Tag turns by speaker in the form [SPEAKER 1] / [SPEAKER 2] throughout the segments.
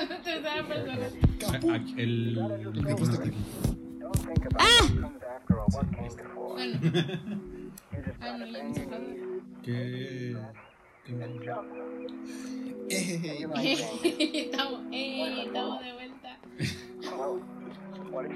[SPEAKER 1] Tercera persona.
[SPEAKER 2] Aquí- Ah, El, el
[SPEAKER 3] ¿Qué
[SPEAKER 2] micrófono
[SPEAKER 3] pasa
[SPEAKER 2] está
[SPEAKER 3] aquí?
[SPEAKER 2] aquí.
[SPEAKER 1] Bueno, ah, no le hemos hablado.
[SPEAKER 2] ¿Qué? qué mal.
[SPEAKER 3] Eh,
[SPEAKER 1] estamos, ey, estamos de vuelta. Bueno,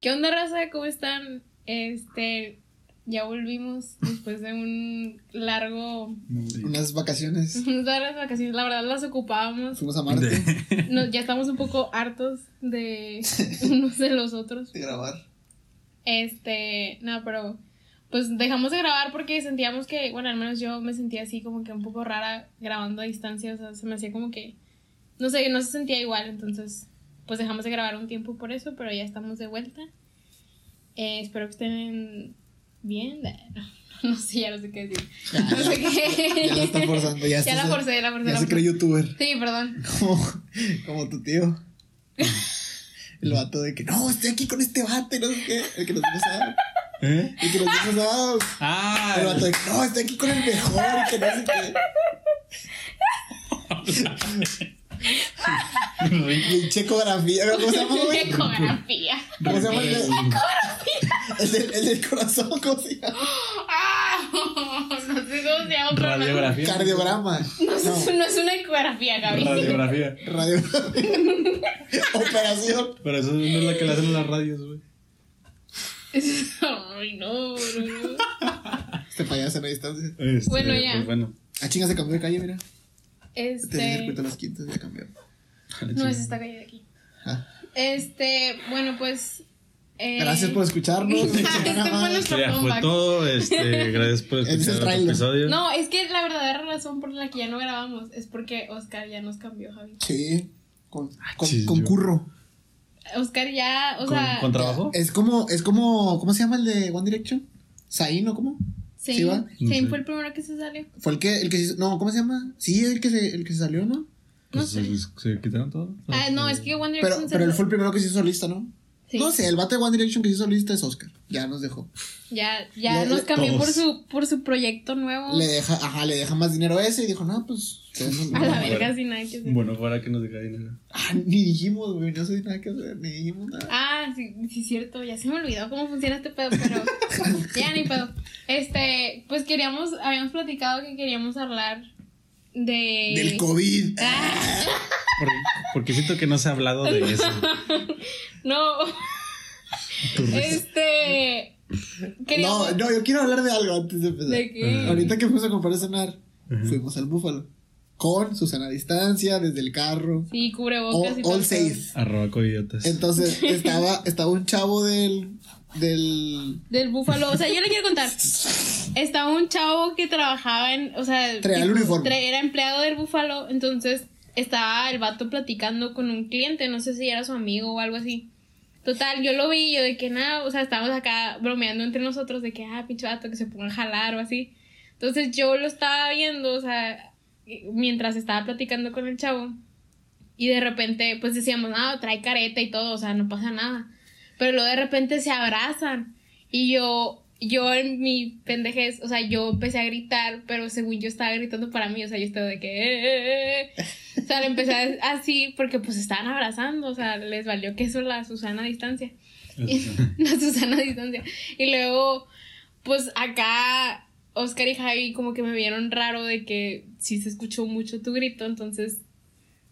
[SPEAKER 1] ¿qué onda, raza? ¿Cómo están? Este, ya volvimos después de un largo.
[SPEAKER 2] Sí.
[SPEAKER 3] Unas vacaciones.
[SPEAKER 1] unas largas vacaciones. La verdad, las ocupábamos.
[SPEAKER 3] Fuimos a Marte
[SPEAKER 2] De-
[SPEAKER 1] Nos- ya estamos un poco hartos de unos de los otros.
[SPEAKER 3] de grabar.
[SPEAKER 1] Este, no, pero pues dejamos de grabar porque sentíamos que, bueno, al menos yo me sentía así como que un poco rara grabando a distancia, o sea, se me hacía como que, no sé, no se sentía igual, entonces pues dejamos de grabar un tiempo por eso, pero ya estamos de vuelta. Eh, espero que estén bien, no, sé, ya no sé qué decir. No sé qué.
[SPEAKER 3] Ya la está forzando. Ya,
[SPEAKER 1] Ya la
[SPEAKER 3] se-
[SPEAKER 1] forcé, la forcé.
[SPEAKER 3] Ya
[SPEAKER 1] la forcé.
[SPEAKER 3] se cree youtuber.
[SPEAKER 1] Sí, perdón.
[SPEAKER 3] Como, como tu tío. El vato de que no, estoy aquí con este vato y no sé qué. El que nos dijo sábado.
[SPEAKER 2] ¿Eh?
[SPEAKER 3] El que nos dijo sábado.
[SPEAKER 2] Ah,
[SPEAKER 3] El vato de que no, estoy aquí con el mejor y que no sé qué. Pinche ecografía. ¿Cómo se llama, güey?
[SPEAKER 1] Ecografía.
[SPEAKER 3] ¿Cómo se llama el de- El del, el del corazón, ¿cómo se llama?
[SPEAKER 1] Ah, no sé cómo se llama, pero no-
[SPEAKER 2] radiografía.
[SPEAKER 3] Cardiograma. No.
[SPEAKER 1] No es una ecografía, Gaby.
[SPEAKER 2] Radiografía.
[SPEAKER 3] Radio. Operación.
[SPEAKER 2] Pero eso no es la que le hacen las radios, güey.
[SPEAKER 1] Ay, no, bro.
[SPEAKER 3] Este payaso no hay distancia.
[SPEAKER 2] Este,
[SPEAKER 1] Bueno, ya.
[SPEAKER 2] Pues bueno.
[SPEAKER 3] Ah, chinga, se cambió de calle, mira. Este
[SPEAKER 1] Este.
[SPEAKER 3] circuito a las quintas ya cambió.
[SPEAKER 1] No es esta calle de aquí.
[SPEAKER 3] Ah.
[SPEAKER 1] Este, bueno, pues. eh,
[SPEAKER 3] Gracias por escucharnos.
[SPEAKER 1] Este fue nuestro
[SPEAKER 2] Ya fue
[SPEAKER 1] comeback.
[SPEAKER 2] todo. Este, gracias por
[SPEAKER 3] Este es
[SPEAKER 2] escuchar
[SPEAKER 3] el
[SPEAKER 2] el
[SPEAKER 3] trailer.
[SPEAKER 2] episodio.
[SPEAKER 1] No, es que la verdadera razón por la que ya no grabamos es porque Oscar ya nos cambió, Javi.
[SPEAKER 3] Sí. Con, con,
[SPEAKER 2] chis,
[SPEAKER 3] con
[SPEAKER 2] yo.
[SPEAKER 3] curro.
[SPEAKER 1] Oscar ya, o
[SPEAKER 2] ¿Con,
[SPEAKER 1] sea.
[SPEAKER 2] con trabajo?
[SPEAKER 3] Es como, es como, ¿cómo se llama el de One Direction? Zayn o cómo?
[SPEAKER 1] Sí,
[SPEAKER 3] ¿Sí va?
[SPEAKER 1] sí,
[SPEAKER 2] No sé.
[SPEAKER 1] fue el primero que se salió.
[SPEAKER 3] Fue el que, el que se hizo- no, ¿cómo se llama? Sí, el que se, el que se salió, ¿no?
[SPEAKER 1] No
[SPEAKER 2] Pues,
[SPEAKER 1] sé.
[SPEAKER 2] pues, ¿Se quitaron todo?
[SPEAKER 1] Ah, no, es que One
[SPEAKER 3] Pero,
[SPEAKER 1] Direction se
[SPEAKER 3] pero él fue el primero que se hizo solista, ¿no?
[SPEAKER 1] Sí.
[SPEAKER 3] No sé, el vato de One Direction que se hizo solista es Oscar. Ya nos dejó.
[SPEAKER 1] Ya, ya
[SPEAKER 3] Le-
[SPEAKER 1] nos cambió
[SPEAKER 2] todos.
[SPEAKER 1] por su, por su proyecto nuevo.
[SPEAKER 3] Le deja, ajá, le deja más dinero a ese y dijo, no, pues. ustedes no-
[SPEAKER 1] A la
[SPEAKER 2] Bueno.
[SPEAKER 1] verga, sin nada que hacer.
[SPEAKER 2] Bueno, fuera que nos deja dinero.
[SPEAKER 3] Ah, ni dijimos, güey, no sé nada que hacer, ni dijimos nada.
[SPEAKER 1] Ah, sí, sí, cierto, ya se me olvidó cómo funciona este pedo, pero ya ni pedo. Este, pues queríamos, habíamos platicado que queríamos hablar de...
[SPEAKER 3] Del COVID.
[SPEAKER 1] Ah,
[SPEAKER 2] Porque, porque siento que no se ha hablado de eso.
[SPEAKER 1] no, este...
[SPEAKER 3] No,
[SPEAKER 1] Queríamos...
[SPEAKER 3] no, yo quiero hablar de algo antes de empezar.
[SPEAKER 1] ¿De qué?
[SPEAKER 3] Ahorita que fuimos a comprar a cenar,
[SPEAKER 2] Ajá.
[SPEAKER 3] fuimos al búfalo. Con Susana a distancia, desde el carro.
[SPEAKER 1] Sí, cubrebocas
[SPEAKER 3] All,
[SPEAKER 1] y todo.
[SPEAKER 3] all
[SPEAKER 1] el pedo.
[SPEAKER 3] safe.
[SPEAKER 2] Arroba coidiotas.
[SPEAKER 3] Entonces estaba, estaba un chavo del. del.
[SPEAKER 1] Del búfalo, o sea, yo le quiero contar. Estaba un chavo que trabajaba en, o sea,
[SPEAKER 3] Traía el
[SPEAKER 1] tipo,
[SPEAKER 3] uniforme.
[SPEAKER 1] tra- era empleado del búfalo, entonces estaba el vato platicando con un cliente, no sé si era su amigo o algo así. Total, yo lo vi y yo de que nada, o sea, estábamos acá bromeando entre nosotros de que, ah, pinche vato, que se ponga a jalar o así. Entonces yo lo estaba viendo, o sea, mientras estaba platicando con el chavo. Y de repente, pues decíamos, no, trae careta y todo, o sea, no pasa nada. Pero luego de repente se abrazan. Y yo, yo en mi pendejez, o sea, yo empecé a gritar, pero según yo estaba gritando para mí, o sea, yo estaba de que... "Eh, eh, eh". O sea, le empecé a- así porque pues estaban abrazando, o sea, les valió que eso la Susana a distancia. la Susana a distancia. Y luego, pues acá Oscar y Javi como que me vieron raro de que sí se escuchó mucho tu grito, entonces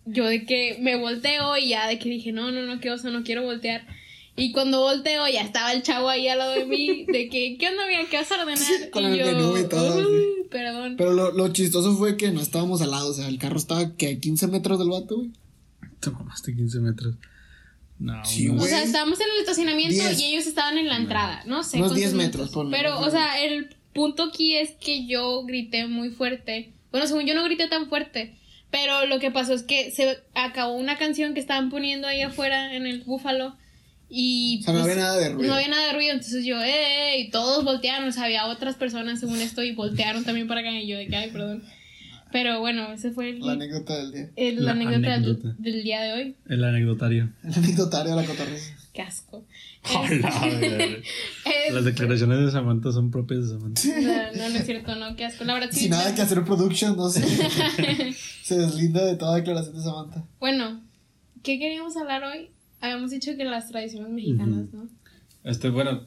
[SPEAKER 1] yo de que me volteo y ya de que dije, no, no, no, qué oso, no quiero voltear. Y cuando volteo ya estaba el chavo ahí al lado de mí, de que, ¿qué onda, bien? ¿Qué vas a ordenar?
[SPEAKER 3] Con
[SPEAKER 1] y
[SPEAKER 3] el
[SPEAKER 1] yo,
[SPEAKER 3] menú y todo,
[SPEAKER 1] "Uy,
[SPEAKER 3] sí.
[SPEAKER 1] perdón.
[SPEAKER 3] Pero lo, lo chistoso fue que no estábamos al lado, o sea, el carro estaba que a 15 metros del vato, güey.
[SPEAKER 2] Te mamaste 15 metros. No,
[SPEAKER 3] Sí,
[SPEAKER 2] no.
[SPEAKER 1] O
[SPEAKER 3] güey.
[SPEAKER 1] sea, estábamos en el estacionamiento
[SPEAKER 3] Diez.
[SPEAKER 1] y ellos estaban en la entrada. No sé.
[SPEAKER 3] Unos
[SPEAKER 1] cuántos
[SPEAKER 3] 10 metros, ponle,
[SPEAKER 1] Pero,
[SPEAKER 3] ¿no?
[SPEAKER 1] o sea, el punto aquí es que yo grité muy fuerte. Bueno, según yo no grité tan fuerte. Pero lo que pasó es que se acabó una canción que estaban poniendo ahí afuera en el búfalo. Y.
[SPEAKER 3] O sea, no
[SPEAKER 1] pues,
[SPEAKER 3] había nada de ruido.
[SPEAKER 1] No había nada de ruido. Entonces yo, ¡eh! Y todos voltearon. O sea, había otras personas según esto y voltearon también para acá. Y yo, de que, ay, perdón. Pero bueno, ese fue el,
[SPEAKER 3] La anécdota del día.
[SPEAKER 1] el- la
[SPEAKER 2] La
[SPEAKER 1] anécdota del-
[SPEAKER 2] anécdota.
[SPEAKER 1] del día de hoy.
[SPEAKER 2] El anecdotario.
[SPEAKER 3] El anecdotario de la cotorriza.
[SPEAKER 1] Qué asco. Este,
[SPEAKER 2] Hola, güey.
[SPEAKER 1] Es-
[SPEAKER 2] Las declaraciones de Samantha son propias de Samantha.
[SPEAKER 1] no, no, no es cierto, no, qué asco. La verdad, sí.
[SPEAKER 3] Sin nada que hacer production, no sé. Se deslinda de toda declaración de Samantha.
[SPEAKER 1] Bueno, ¿qué queríamos hablar hoy? Habíamos dicho que las tradiciones mexicanas, ¿no?
[SPEAKER 2] Este, bueno,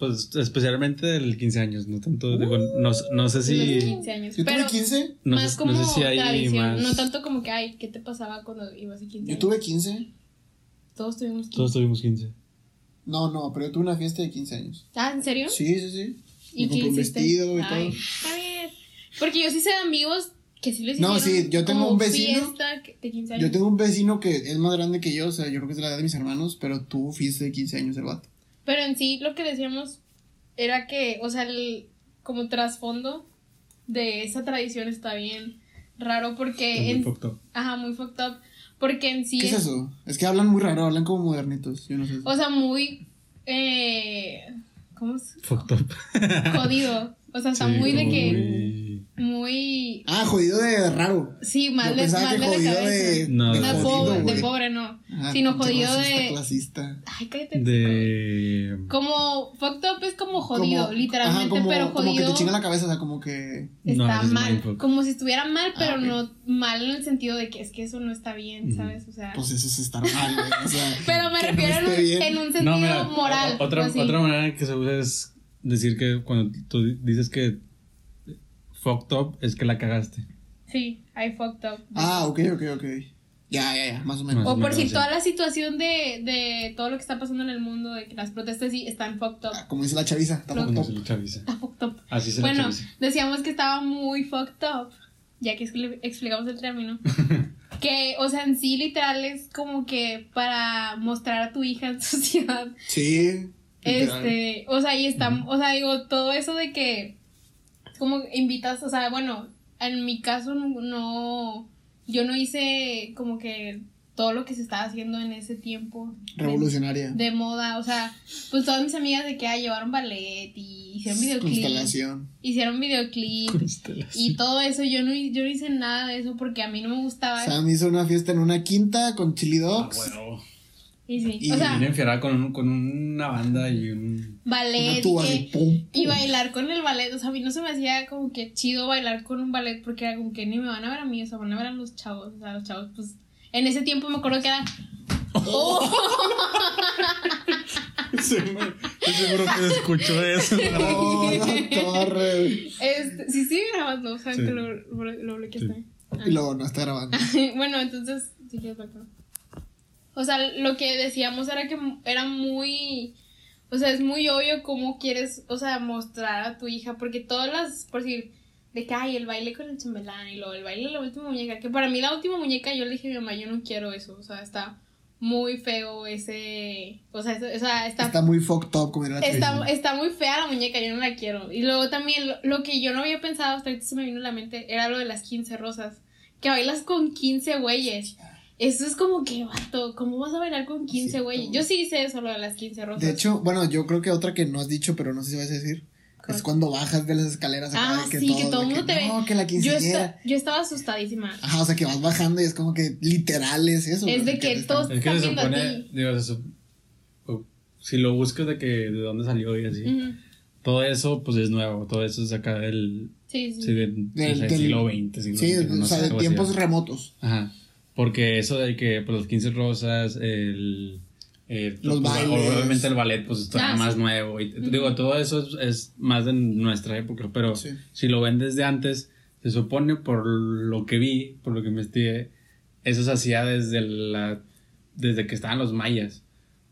[SPEAKER 2] pues especialmente del 15 años, no tanto, digo, no, no sé
[SPEAKER 1] De Uh. los
[SPEAKER 2] si...
[SPEAKER 1] 15 años.
[SPEAKER 3] Yo
[SPEAKER 1] Pero
[SPEAKER 3] tuve 15.
[SPEAKER 2] No,
[SPEAKER 1] más
[SPEAKER 2] sé,
[SPEAKER 1] como
[SPEAKER 2] no sé si hay
[SPEAKER 1] tradición,
[SPEAKER 2] más...
[SPEAKER 1] no tanto como que, ay, ¿qué te pasaba cuando ibas a 15
[SPEAKER 3] Yo
[SPEAKER 1] años?
[SPEAKER 3] tuve 15.
[SPEAKER 1] Todos tuvimos 15.
[SPEAKER 2] Todos tuvimos 15.
[SPEAKER 3] No, no, pero yo tuve una fiesta de 15 años.
[SPEAKER 1] Ah, ¿en serio?
[SPEAKER 3] Sí, sí, sí.
[SPEAKER 1] ¿Y
[SPEAKER 3] Me
[SPEAKER 1] qué
[SPEAKER 3] compré un
[SPEAKER 1] hiciste?
[SPEAKER 3] vestido y
[SPEAKER 1] Ay,
[SPEAKER 3] todo.
[SPEAKER 1] está bien. Porque yo sí sé de amigos que sí les
[SPEAKER 3] No,
[SPEAKER 1] hicieron
[SPEAKER 3] sí, yo tengo
[SPEAKER 1] como
[SPEAKER 3] un vecino.
[SPEAKER 1] fiesta que- de 15 años.
[SPEAKER 3] Yo tengo un vecino que es más grande que yo, o sea, yo creo que es de la edad de mis hermanos, pero tuvo fiesta de 15 años el vato.
[SPEAKER 1] Pero en sí lo que decíamos era que, o sea, el como trasfondo de esa tradición está bien raro porque Eh, en,
[SPEAKER 2] Muy fucked up.
[SPEAKER 1] ajá, muy fucked up, porque en sí eh.
[SPEAKER 3] ¿Qué es eso? Es que hablan muy raro, hablan como modernitos, yo no sé.
[SPEAKER 1] o sea, muy eh ¿cómo es?
[SPEAKER 2] Fucked up.
[SPEAKER 1] jodido. O sea, está
[SPEAKER 2] Sí,
[SPEAKER 1] muy de
[SPEAKER 2] como
[SPEAKER 1] que
[SPEAKER 2] muy-
[SPEAKER 1] muy
[SPEAKER 3] Ah, jodido de raro.
[SPEAKER 1] sí,
[SPEAKER 3] Yo
[SPEAKER 1] mal de,
[SPEAKER 3] pensaba
[SPEAKER 1] mal
[SPEAKER 3] que
[SPEAKER 1] de la
[SPEAKER 3] jodido
[SPEAKER 1] cabeza.
[SPEAKER 3] de...
[SPEAKER 2] No,
[SPEAKER 1] De
[SPEAKER 2] de
[SPEAKER 3] jodido,
[SPEAKER 1] pobre, de
[SPEAKER 3] güey.
[SPEAKER 1] pobre no,
[SPEAKER 3] Ah,
[SPEAKER 1] sino
[SPEAKER 3] pinche
[SPEAKER 1] jodido
[SPEAKER 3] racista,
[SPEAKER 1] de
[SPEAKER 3] clasista.
[SPEAKER 1] ay, cállate.
[SPEAKER 2] De...
[SPEAKER 1] Como fucked up es como jodido,
[SPEAKER 3] Como-
[SPEAKER 1] literalmente,
[SPEAKER 3] ajá, como-
[SPEAKER 1] pero jodido.
[SPEAKER 3] Como que te chinga la cabeza, o sea, como que...
[SPEAKER 2] No,
[SPEAKER 1] Está
[SPEAKER 2] ese es
[SPEAKER 1] mal,
[SPEAKER 2] mindfuck.
[SPEAKER 1] como si estuviera mal, pero
[SPEAKER 3] Ah,
[SPEAKER 1] no
[SPEAKER 3] ok.
[SPEAKER 1] mal en el sentido de que es que eso no está bien,
[SPEAKER 2] Ujú.
[SPEAKER 1] ¿sabes? O sea,
[SPEAKER 3] Pues eso es estar mal, güey, o sea...
[SPEAKER 1] pero me
[SPEAKER 3] que no
[SPEAKER 1] refiero en,
[SPEAKER 3] esté
[SPEAKER 1] un,
[SPEAKER 3] bien.
[SPEAKER 1] en un sentido
[SPEAKER 2] mira,
[SPEAKER 1] moral.
[SPEAKER 2] o- Otra,
[SPEAKER 1] pues, sí.
[SPEAKER 2] otra manera que se usa es decir que cuando tú dices que fucked up es que la cagaste.
[SPEAKER 1] Sí, I fucked up.
[SPEAKER 3] Ah, ok, ok, ok. Ya, ya, ya, más o menos.
[SPEAKER 2] Más
[SPEAKER 1] o por si
[SPEAKER 2] sí.
[SPEAKER 1] toda la situación de, de todo lo que está pasando en el mundo, de que las protestas sí están fucked up.
[SPEAKER 3] Ah, Como dice la chaviza, está
[SPEAKER 1] Lo-
[SPEAKER 2] Como
[SPEAKER 3] fucked
[SPEAKER 2] se
[SPEAKER 3] up.
[SPEAKER 2] le chaviza.
[SPEAKER 1] Está fucked up.
[SPEAKER 2] Así se le
[SPEAKER 1] Bueno,
[SPEAKER 2] chaviza.
[SPEAKER 1] decíamos que estaba muy fucked up, ya que es que le explicamos el término. que, o sea, en sí literal es como que para mostrar a tu hija en sociedad
[SPEAKER 3] Sí. literal.
[SPEAKER 1] Este, o sea, y está, o sea, digo, todo eso de que como invitas, o sea, bueno, en mi caso no, no- yo no hice como que todo lo que se estaba haciendo en ese tiempo de,
[SPEAKER 3] Revolucionaria.
[SPEAKER 1] de moda, o sea, pues todas mis amigas de que ah, llevaron ballet y hicieron videoclip,
[SPEAKER 3] Constelación.
[SPEAKER 1] hicieron videoclip y todo eso, yo no, yo no hice nada de eso porque a mí no me gustaba
[SPEAKER 3] Sam hizo una fiesta en una quinta con Chili
[SPEAKER 2] Ah,
[SPEAKER 3] Dogs.
[SPEAKER 2] bueno.
[SPEAKER 1] y sí,
[SPEAKER 3] y
[SPEAKER 1] o
[SPEAKER 2] Viene
[SPEAKER 1] sea,
[SPEAKER 2] enfiarada con, un- con una banda y un...
[SPEAKER 1] ballet
[SPEAKER 3] Una
[SPEAKER 1] y
[SPEAKER 3] tuba
[SPEAKER 1] que-
[SPEAKER 3] así, pum,
[SPEAKER 1] Y
[SPEAKER 3] pum.
[SPEAKER 1] bailar con el ballet, o sea, a mí no se me hacía como que chido bailar con un ballet porque era como que ni me van a ver a mí, o sea, van a ver a los chavos, o sea, los chavos, pues, en ese tiempo me acuerdo que era,
[SPEAKER 2] Seguro seguro que escuchó eso.
[SPEAKER 3] Oh, la torre.
[SPEAKER 1] este, sí, sí, grabando, o sea,
[SPEAKER 2] Sí.
[SPEAKER 1] que lo, lo bloqueaste.
[SPEAKER 3] Y luego no está grabando.
[SPEAKER 1] bueno, entonces, sí que es verdad. O sea, lo que decíamos era que m- era muy. O sea, es muy obvio cómo quieres, o sea, mostrar a tu hija, porque todas las. Por decir, de que ay, el baile con el chambelán y luego el baile de la última muñeca, que para mí la última muñeca yo le dije a mi mamá, yo no quiero eso, o sea, está muy feo ese. O sea, eso- o sea está,
[SPEAKER 3] Está muy fucked up como era la
[SPEAKER 1] Está,
[SPEAKER 3] televisión.
[SPEAKER 1] está muy fea la muñeca, yo no la quiero. Y luego también lo, lo que yo no había pensado hasta ahorita se me vino a la mente era lo de las 15 rosas. Que bailas con 15 güeyes. Eso es como que, vato, ¿cómo vas a bailar con 15
[SPEAKER 3] Cierto.
[SPEAKER 1] güeyes? Yo sí hice eso, lo de las 15 rosas.
[SPEAKER 3] De hecho, bueno, yo creo que otra que no has dicho, pero no sé si vas a decir,
[SPEAKER 1] ¿Cuál?
[SPEAKER 3] es cuando bajas de las escaleras acá
[SPEAKER 1] Ah,
[SPEAKER 3] de que
[SPEAKER 1] sí,
[SPEAKER 3] todo,
[SPEAKER 1] que todo
[SPEAKER 3] de
[SPEAKER 1] el mundo te ve.
[SPEAKER 3] No, que la
[SPEAKER 1] yo, esta-
[SPEAKER 3] quinceañera.
[SPEAKER 1] yo estaba asustadísima.
[SPEAKER 3] Ajá, o sea, que vas bajando y es como que literal es eso.
[SPEAKER 1] Es
[SPEAKER 3] güey,
[SPEAKER 1] de que
[SPEAKER 3] te
[SPEAKER 1] todos-
[SPEAKER 2] Es que se
[SPEAKER 1] Están viendo a
[SPEAKER 2] supone,
[SPEAKER 1] ti.
[SPEAKER 2] digo, se sup- o- si lo buscas de que de dónde salió y así,
[SPEAKER 1] Ujú.
[SPEAKER 2] todo eso pues es nuevo, todo eso es acá del
[SPEAKER 1] Sí, sí.
[SPEAKER 2] sí, de- no sé,
[SPEAKER 3] del-
[SPEAKER 2] siglo XX, siglo
[SPEAKER 3] Sí,
[SPEAKER 2] XXI, no
[SPEAKER 3] o sea,
[SPEAKER 2] sé,
[SPEAKER 3] de
[SPEAKER 2] algo así,
[SPEAKER 3] tiempos
[SPEAKER 2] ¿no?
[SPEAKER 3] remotos.
[SPEAKER 2] Ajá. Porque eso de que pues, los 15 rosas, el. eh,
[SPEAKER 3] Los
[SPEAKER 2] pues,
[SPEAKER 3] bailes.
[SPEAKER 2] Obviamente el ballet, pues está
[SPEAKER 1] Ah, sí.
[SPEAKER 2] más nuevo. Y, Digo, todo eso es, es más de nuestra época, pero
[SPEAKER 3] Sí.
[SPEAKER 2] si lo ven desde antes, se supone por lo que vi, por lo que investigué, eso se hacía desde, la, desde que estaban los mayas.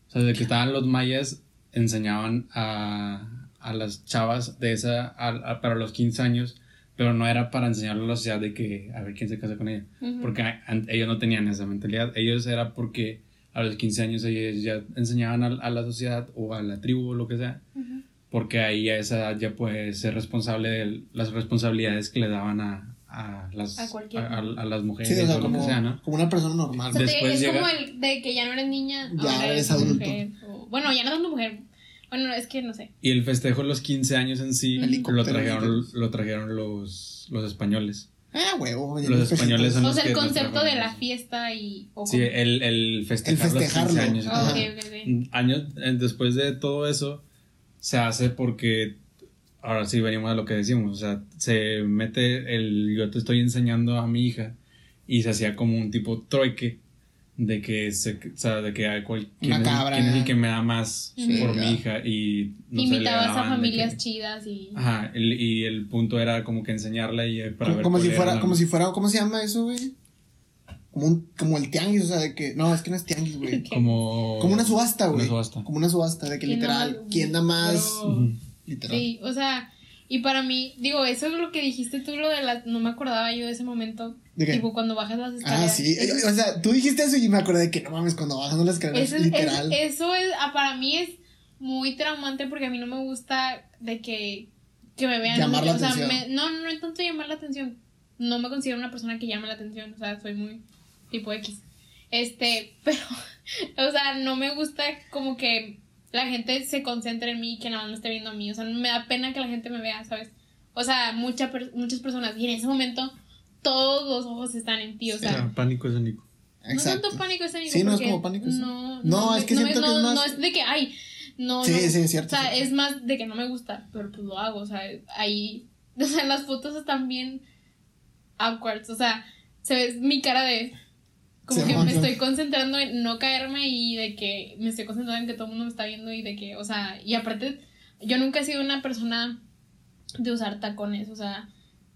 [SPEAKER 2] O sea, desde que estaban los mayas, enseñaban a, a las chavas de esa, a- a- para los 15 años, pero no era para enseñarles a la sociedad de que a ver quién se casa con ella.
[SPEAKER 1] Ujú.
[SPEAKER 2] Porque an- ellos no tenían esa mentalidad. Ellos era porque a los 15 años ellos ya enseñaban a, a la sociedad o a la tribu o lo que sea.
[SPEAKER 1] Ujú.
[SPEAKER 2] Porque ahí a esa edad ya puedes ser responsable de las responsabilidades que le daban a, a las,
[SPEAKER 1] A cualquier-
[SPEAKER 2] a- a las mujeres
[SPEAKER 3] Sí, o sea,
[SPEAKER 2] o lo
[SPEAKER 3] como,
[SPEAKER 2] que sea, ¿no?
[SPEAKER 3] como una persona
[SPEAKER 1] O
[SPEAKER 3] normal.
[SPEAKER 1] sea, te-
[SPEAKER 2] después
[SPEAKER 1] es como
[SPEAKER 2] llega-
[SPEAKER 1] el de que ya no eres niña,
[SPEAKER 3] Ya
[SPEAKER 1] ahora
[SPEAKER 3] eres
[SPEAKER 1] una
[SPEAKER 3] adulto.
[SPEAKER 1] mujer, o- bueno, ya no eres una mujer. Bueno, es que no sé.
[SPEAKER 2] Y el festejo de los 15 años en sí
[SPEAKER 1] Ujú.
[SPEAKER 2] lo
[SPEAKER 3] Helicóptero.
[SPEAKER 2] trajeron, lo trajeron los, los españoles.
[SPEAKER 3] Ah, huevo.
[SPEAKER 2] Los
[SPEAKER 3] ya me empecé
[SPEAKER 2] españoles son-
[SPEAKER 3] todo.
[SPEAKER 1] O sea, el
[SPEAKER 2] que nos
[SPEAKER 1] concepto de
[SPEAKER 2] trajeron
[SPEAKER 1] la
[SPEAKER 2] eso.
[SPEAKER 1] fiesta y... o
[SPEAKER 2] Sí, eh,
[SPEAKER 1] cómo.
[SPEAKER 2] el, el festejar
[SPEAKER 3] El festejarlo.
[SPEAKER 2] los 15 años.
[SPEAKER 1] Ah,
[SPEAKER 3] Ajá.
[SPEAKER 1] ok, ok, ok.
[SPEAKER 2] Años eh, después de todo eso, se hace porque, ahora sí venimos a lo que decimos, o sea, se mete el yo te estoy enseñando a mi hija y se hacía como un tipo troique de que, se, o sea, de que a cual- quién, es,
[SPEAKER 3] cabra.
[SPEAKER 2] quién es el que me da más
[SPEAKER 1] Sí,
[SPEAKER 2] por
[SPEAKER 3] ya.
[SPEAKER 2] mi hija y no sé, le
[SPEAKER 1] Invitabas a
[SPEAKER 2] daban de
[SPEAKER 1] familias
[SPEAKER 2] que-
[SPEAKER 1] chidas y...
[SPEAKER 3] Ah,
[SPEAKER 2] Ajá, el- y el punto era como que enseñarla y eh, para ver
[SPEAKER 3] como
[SPEAKER 2] cuál
[SPEAKER 3] si
[SPEAKER 2] era
[SPEAKER 3] fuera,
[SPEAKER 2] la-
[SPEAKER 3] como si fuera, ¿cómo se llama eso, güey? Como un, como el tianguis, o sea, de que, no, es que no es tianguis, güey.
[SPEAKER 2] como
[SPEAKER 3] Como una subasta, güey.
[SPEAKER 2] Una subasta.
[SPEAKER 3] Como una subasta, de que
[SPEAKER 1] ¿Quién da
[SPEAKER 3] literal,
[SPEAKER 1] más?
[SPEAKER 3] ¿quién da más?
[SPEAKER 1] Pero-
[SPEAKER 2] Ujú.
[SPEAKER 3] Literal.
[SPEAKER 1] Sí, o sea, y para mí, digo, eso es lo que dijiste tú, lo de la... No me acordaba yo de ese momento.
[SPEAKER 3] ¿De qué?
[SPEAKER 1] Tipo, cuando bajas las
[SPEAKER 3] Ah,
[SPEAKER 1] escaleras.
[SPEAKER 3] sí.
[SPEAKER 1] Eso-
[SPEAKER 3] O sea, tú dijiste eso y me acordé de que no mames, cuando bajan las escaleras,
[SPEAKER 1] Eso es,
[SPEAKER 3] literal.
[SPEAKER 1] es- eso es, ah, para mí es muy traumante porque a mí no me gusta de que, que me vean.
[SPEAKER 3] Llamar la
[SPEAKER 1] o sea,
[SPEAKER 3] atención.
[SPEAKER 1] me- no, no es tanto llamar la atención. No me considero una persona que llame la atención. O sea, soy muy tipo X. Este, pero, o sea, no me gusta como que la gente se concentre en mí y que nada más me esté viendo a mí. O sea, me da pena que la gente me vea, ¿sabes? O sea, mucha per- muchas personas. Y en ese momento todos los ojos están en ti. O sea,
[SPEAKER 2] Era pánico escénico.
[SPEAKER 1] no tanto pánico escénico.
[SPEAKER 3] Sí, no es
[SPEAKER 1] porque
[SPEAKER 3] como pánico escénico.
[SPEAKER 1] No,
[SPEAKER 3] No, es
[SPEAKER 1] me-
[SPEAKER 3] que
[SPEAKER 1] no me-
[SPEAKER 3] siento que es
[SPEAKER 1] no-
[SPEAKER 3] más-
[SPEAKER 1] no es de que, ay, no.
[SPEAKER 3] Sí,
[SPEAKER 1] no.
[SPEAKER 3] sí, es cierto,
[SPEAKER 1] O sea,
[SPEAKER 3] sí.
[SPEAKER 1] es más de que no me gusta, pero pues lo hago, o sea, ahí, o sea, las fotos están bien awkward, o sea, se ve mi cara de... Como
[SPEAKER 3] Sí,
[SPEAKER 1] que me
[SPEAKER 3] ajá.
[SPEAKER 1] estoy concentrando en no caerme y de que me estoy concentrando en que todo el mundo me está viendo y de que, o sea, y aparte, yo nunca he sido una persona de usar tacones, o sea,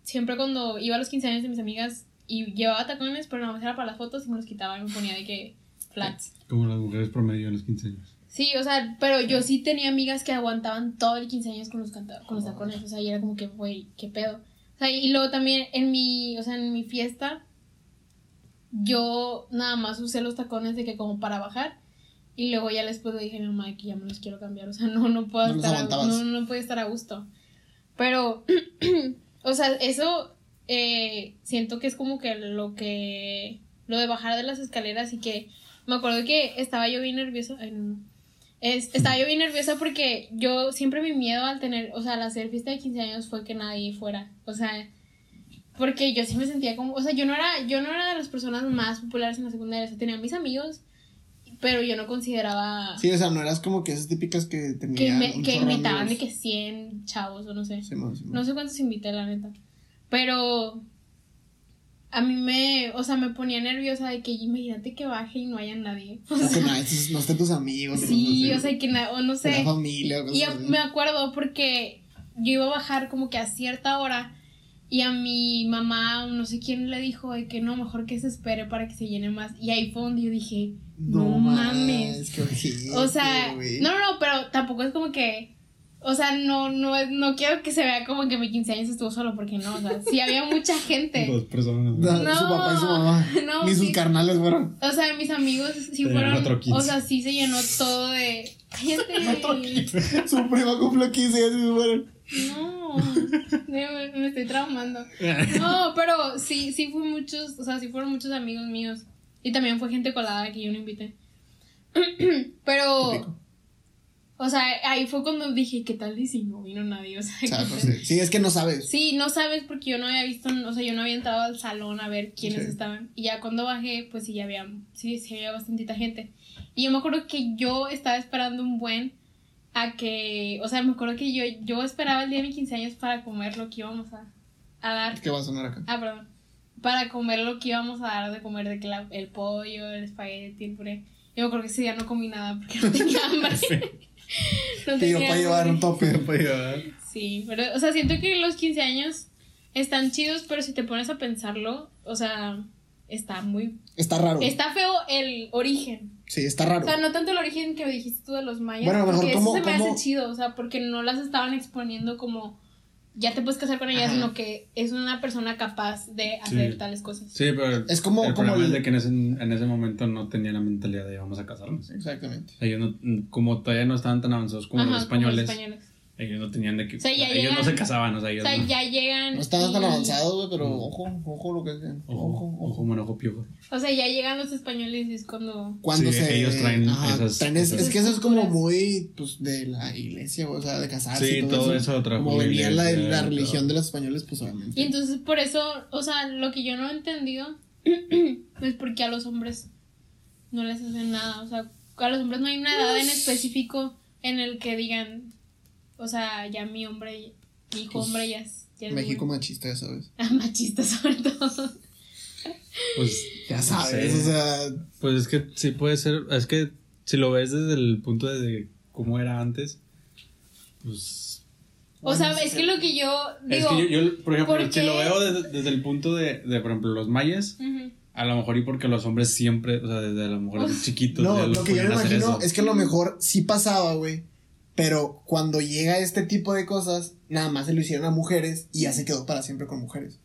[SPEAKER 1] siempre cuando iba a los 15 años de mis amigas y llevaba tacones, pero nada más era para las fotos y me los quitaba y me ponía de que flats.
[SPEAKER 2] Como las mujeres promedio en los 15 años.
[SPEAKER 1] Sí, o sea, pero yo sí tenía amigas que aguantaban todo el 15 años con los, canta- con los tacones, o sea, y era como que, güey, qué pedo. O sea, y luego también en mi, o sea, en mi fiesta, yo nada más usé los tacones de que como para bajar, y luego ya después le dije a mi mamá que ya me los quiero cambiar, o sea, no, no puedo
[SPEAKER 3] No los
[SPEAKER 1] estar, a,
[SPEAKER 3] aguantabas.
[SPEAKER 1] no, no puedo estar a gusto. Pero, o sea, eso eh, siento que es como que lo que, lo de bajar de las escaleras y que, me acuerdo que estaba yo bien nerviosa. ay, no. Es- estaba yo bien nerviosa porque yo siempre mi miedo al tener, o sea, al hacer fiesta de 15 años fue que nadie fuera. O sea, porque yo sí me sentía como, o sea, yo no era, yo no era de las personas más populares en la secundaria. O sea, tenía mis amigos, pero yo no consideraba
[SPEAKER 3] Sí, o sea, no eras como que esas típicas
[SPEAKER 1] que,
[SPEAKER 3] que tenían.
[SPEAKER 1] me-
[SPEAKER 3] un
[SPEAKER 1] que
[SPEAKER 3] chorro
[SPEAKER 1] invitaban de
[SPEAKER 3] amigos.
[SPEAKER 1] que 100 chavos o no sé.
[SPEAKER 3] Simón, Simón.
[SPEAKER 1] No sé cuántos invité, la neta. Pero a mí me, o sea, me ponía nerviosa de que imagínate que baje y no haya nadie. O
[SPEAKER 3] O que
[SPEAKER 1] sea,
[SPEAKER 3] no, esos no estén tus amigos.
[SPEAKER 1] Sí,
[SPEAKER 3] no
[SPEAKER 1] o sea, que na- o no
[SPEAKER 3] de la
[SPEAKER 1] sé.
[SPEAKER 3] familia o cosas
[SPEAKER 1] Y a-
[SPEAKER 3] así.
[SPEAKER 1] me acuerdo porque yo iba a bajar como que a cierta hora y a mi mamá, o no sé quién le dijo de que no, mejor que se espere para que se llene más. Y ahí fue donde yo dije, no, mames.
[SPEAKER 3] qué ojete,
[SPEAKER 1] O sea,
[SPEAKER 3] güey.
[SPEAKER 1] no, no, pero tampoco es como que. O sea, no, no, es- no quiero que se vea como que mi 15 años estuvo solo, porque no, o sea, sí había mucha gente.
[SPEAKER 2] Dos personas.
[SPEAKER 3] No,
[SPEAKER 1] no,
[SPEAKER 3] su papá y su mamá.
[SPEAKER 1] no,
[SPEAKER 3] Ni sus
[SPEAKER 1] sí.
[SPEAKER 3] carnales fueron.
[SPEAKER 1] O sea, mis amigos sí
[SPEAKER 2] Tenían
[SPEAKER 1] fueron.
[SPEAKER 2] otro 15.
[SPEAKER 1] O sea, sí se llenó todo de. Cállate.
[SPEAKER 3] su prima cumplió 15 y así fueron.
[SPEAKER 1] No, me, me estoy traumando. No, pero sí, sí fue muchos, o sea, sí fueron muchos amigos míos. Y también fue gente colada que yo no invité. Pero,
[SPEAKER 3] Típico.
[SPEAKER 1] o sea, ahí fue cuando dije, ¿qué tal y si no vino nadie? O sea,
[SPEAKER 3] O sea,
[SPEAKER 1] ¿qué
[SPEAKER 3] pues,
[SPEAKER 1] tal?
[SPEAKER 3] sí. Sí, es que no sabes.
[SPEAKER 1] Sí, no sabes porque yo no había visto, o sea, yo no había entrado al salón a ver quiénes
[SPEAKER 3] Sí.
[SPEAKER 1] estaban. Y ya cuando bajé, pues sí, ya había, sí, sí había bastantita gente. Y yo me acuerdo que yo estaba esperando un buen a que, o sea, me acuerdo que yo, yo esperaba el día de mi 15 años para comer lo que íbamos a, a dar.
[SPEAKER 3] ¿Qué va a sonar acá?
[SPEAKER 1] Ah, perdón. Para comer lo que íbamos a dar de comer, de que la- el pollo, el espagueti, el puré. Yo me acuerdo que ese día no comí nada porque no tenía hambre. No
[SPEAKER 3] Te
[SPEAKER 1] tenía
[SPEAKER 3] dio para llevar
[SPEAKER 1] hambre.
[SPEAKER 3] un tope.
[SPEAKER 1] Sí, pero, o sea, siento que los 15 años están chidos, pero si te pones a pensarlo, o sea, está muy...
[SPEAKER 3] Está raro.
[SPEAKER 1] Está feo el origen.
[SPEAKER 3] Sí, está raro.
[SPEAKER 1] O sea, no tanto el origen que dijiste tú de los mayas,
[SPEAKER 3] Bueno, a lo mejor
[SPEAKER 1] porque
[SPEAKER 3] como-
[SPEAKER 1] eso se me
[SPEAKER 3] como-
[SPEAKER 1] hace chido, o sea, porque no las estaban exponiendo como ya te puedes casar con ella,
[SPEAKER 3] Ajá.
[SPEAKER 1] sino que es una persona capaz de hacer
[SPEAKER 2] Sí.
[SPEAKER 1] tales cosas.
[SPEAKER 2] Sí, pero
[SPEAKER 3] Es como-
[SPEAKER 2] el
[SPEAKER 3] como
[SPEAKER 2] problema
[SPEAKER 3] el-
[SPEAKER 2] es de que en ese, en ese momento no tenía la mentalidad de vamos a casarnos.
[SPEAKER 3] Exactamente.
[SPEAKER 2] Ellos no- como todavía no estaban tan avanzados como
[SPEAKER 1] Ajá,
[SPEAKER 2] los españoles,
[SPEAKER 1] españoles.
[SPEAKER 2] Ellos no tenían de que.
[SPEAKER 1] O sea, ya
[SPEAKER 2] ellos
[SPEAKER 1] llegan-
[SPEAKER 2] no se casaban, o sea, ellos.
[SPEAKER 1] O sea,
[SPEAKER 2] no.
[SPEAKER 1] ya llegan.
[SPEAKER 3] No estabas tan
[SPEAKER 1] y-
[SPEAKER 3] avanzados, güey, pero
[SPEAKER 2] Mm.
[SPEAKER 3] ojo, ojo lo que es. Ojo,
[SPEAKER 2] Ojo,
[SPEAKER 3] ojo.
[SPEAKER 2] ojo, mono, ojo, piojo.
[SPEAKER 1] O sea, ya llegan los españoles y es cuando.
[SPEAKER 3] Cuando
[SPEAKER 2] Sí,
[SPEAKER 3] se.
[SPEAKER 2] ellos traen
[SPEAKER 3] ajá,
[SPEAKER 2] esas-
[SPEAKER 3] traen es,
[SPEAKER 2] esas-
[SPEAKER 3] es que eso es como
[SPEAKER 1] Esas
[SPEAKER 3] muy, pues, de la iglesia, güey, o sea, de casarse.
[SPEAKER 2] Sí,
[SPEAKER 3] y
[SPEAKER 2] todo eso lo trajo
[SPEAKER 3] Como
[SPEAKER 2] la
[SPEAKER 3] venía la,
[SPEAKER 2] iglesia,
[SPEAKER 3] la
[SPEAKER 2] todo.
[SPEAKER 3] religión de los españoles, pues,
[SPEAKER 1] Y
[SPEAKER 3] obviamente.
[SPEAKER 1] entonces por eso, o sea, lo que yo no he entendido es porque a los hombres no les hacen nada. O sea, a los hombres no hay una edad en específico en el que digan, o sea, ya mi hombre, mi hijo
[SPEAKER 3] Pues,
[SPEAKER 1] hombre ya es. ya es
[SPEAKER 3] México
[SPEAKER 1] muy-
[SPEAKER 3] machista, ya sabes.
[SPEAKER 1] Ah, machista sobre todo.
[SPEAKER 2] Pues.
[SPEAKER 3] Ya
[SPEAKER 2] no
[SPEAKER 3] sabes,
[SPEAKER 2] sé.
[SPEAKER 3] o sea.
[SPEAKER 2] Pues es que sí puede ser, es que si lo ves desde el punto de cómo era antes, pues...
[SPEAKER 1] O sea, es que lo que yo digo.
[SPEAKER 2] es que yo, yo, por ejemplo,
[SPEAKER 1] ¿por
[SPEAKER 2] si lo
[SPEAKER 1] qué?
[SPEAKER 2] veo desde, desde el punto de, de, por ejemplo, los mayas,
[SPEAKER 1] Ujú.
[SPEAKER 2] a lo mejor y porque los hombres siempre, o sea, desde a lo mejor desde chiquitos,
[SPEAKER 3] No,
[SPEAKER 2] ya los
[SPEAKER 3] lo que yo me
[SPEAKER 2] ponían a hacer
[SPEAKER 3] imagino
[SPEAKER 2] eso.
[SPEAKER 3] es que a lo mejor sí pasaba, güey. Pero cuando llega este tipo de cosas, nada más se lo hicieron a mujeres y ya se quedó para siempre con mujeres.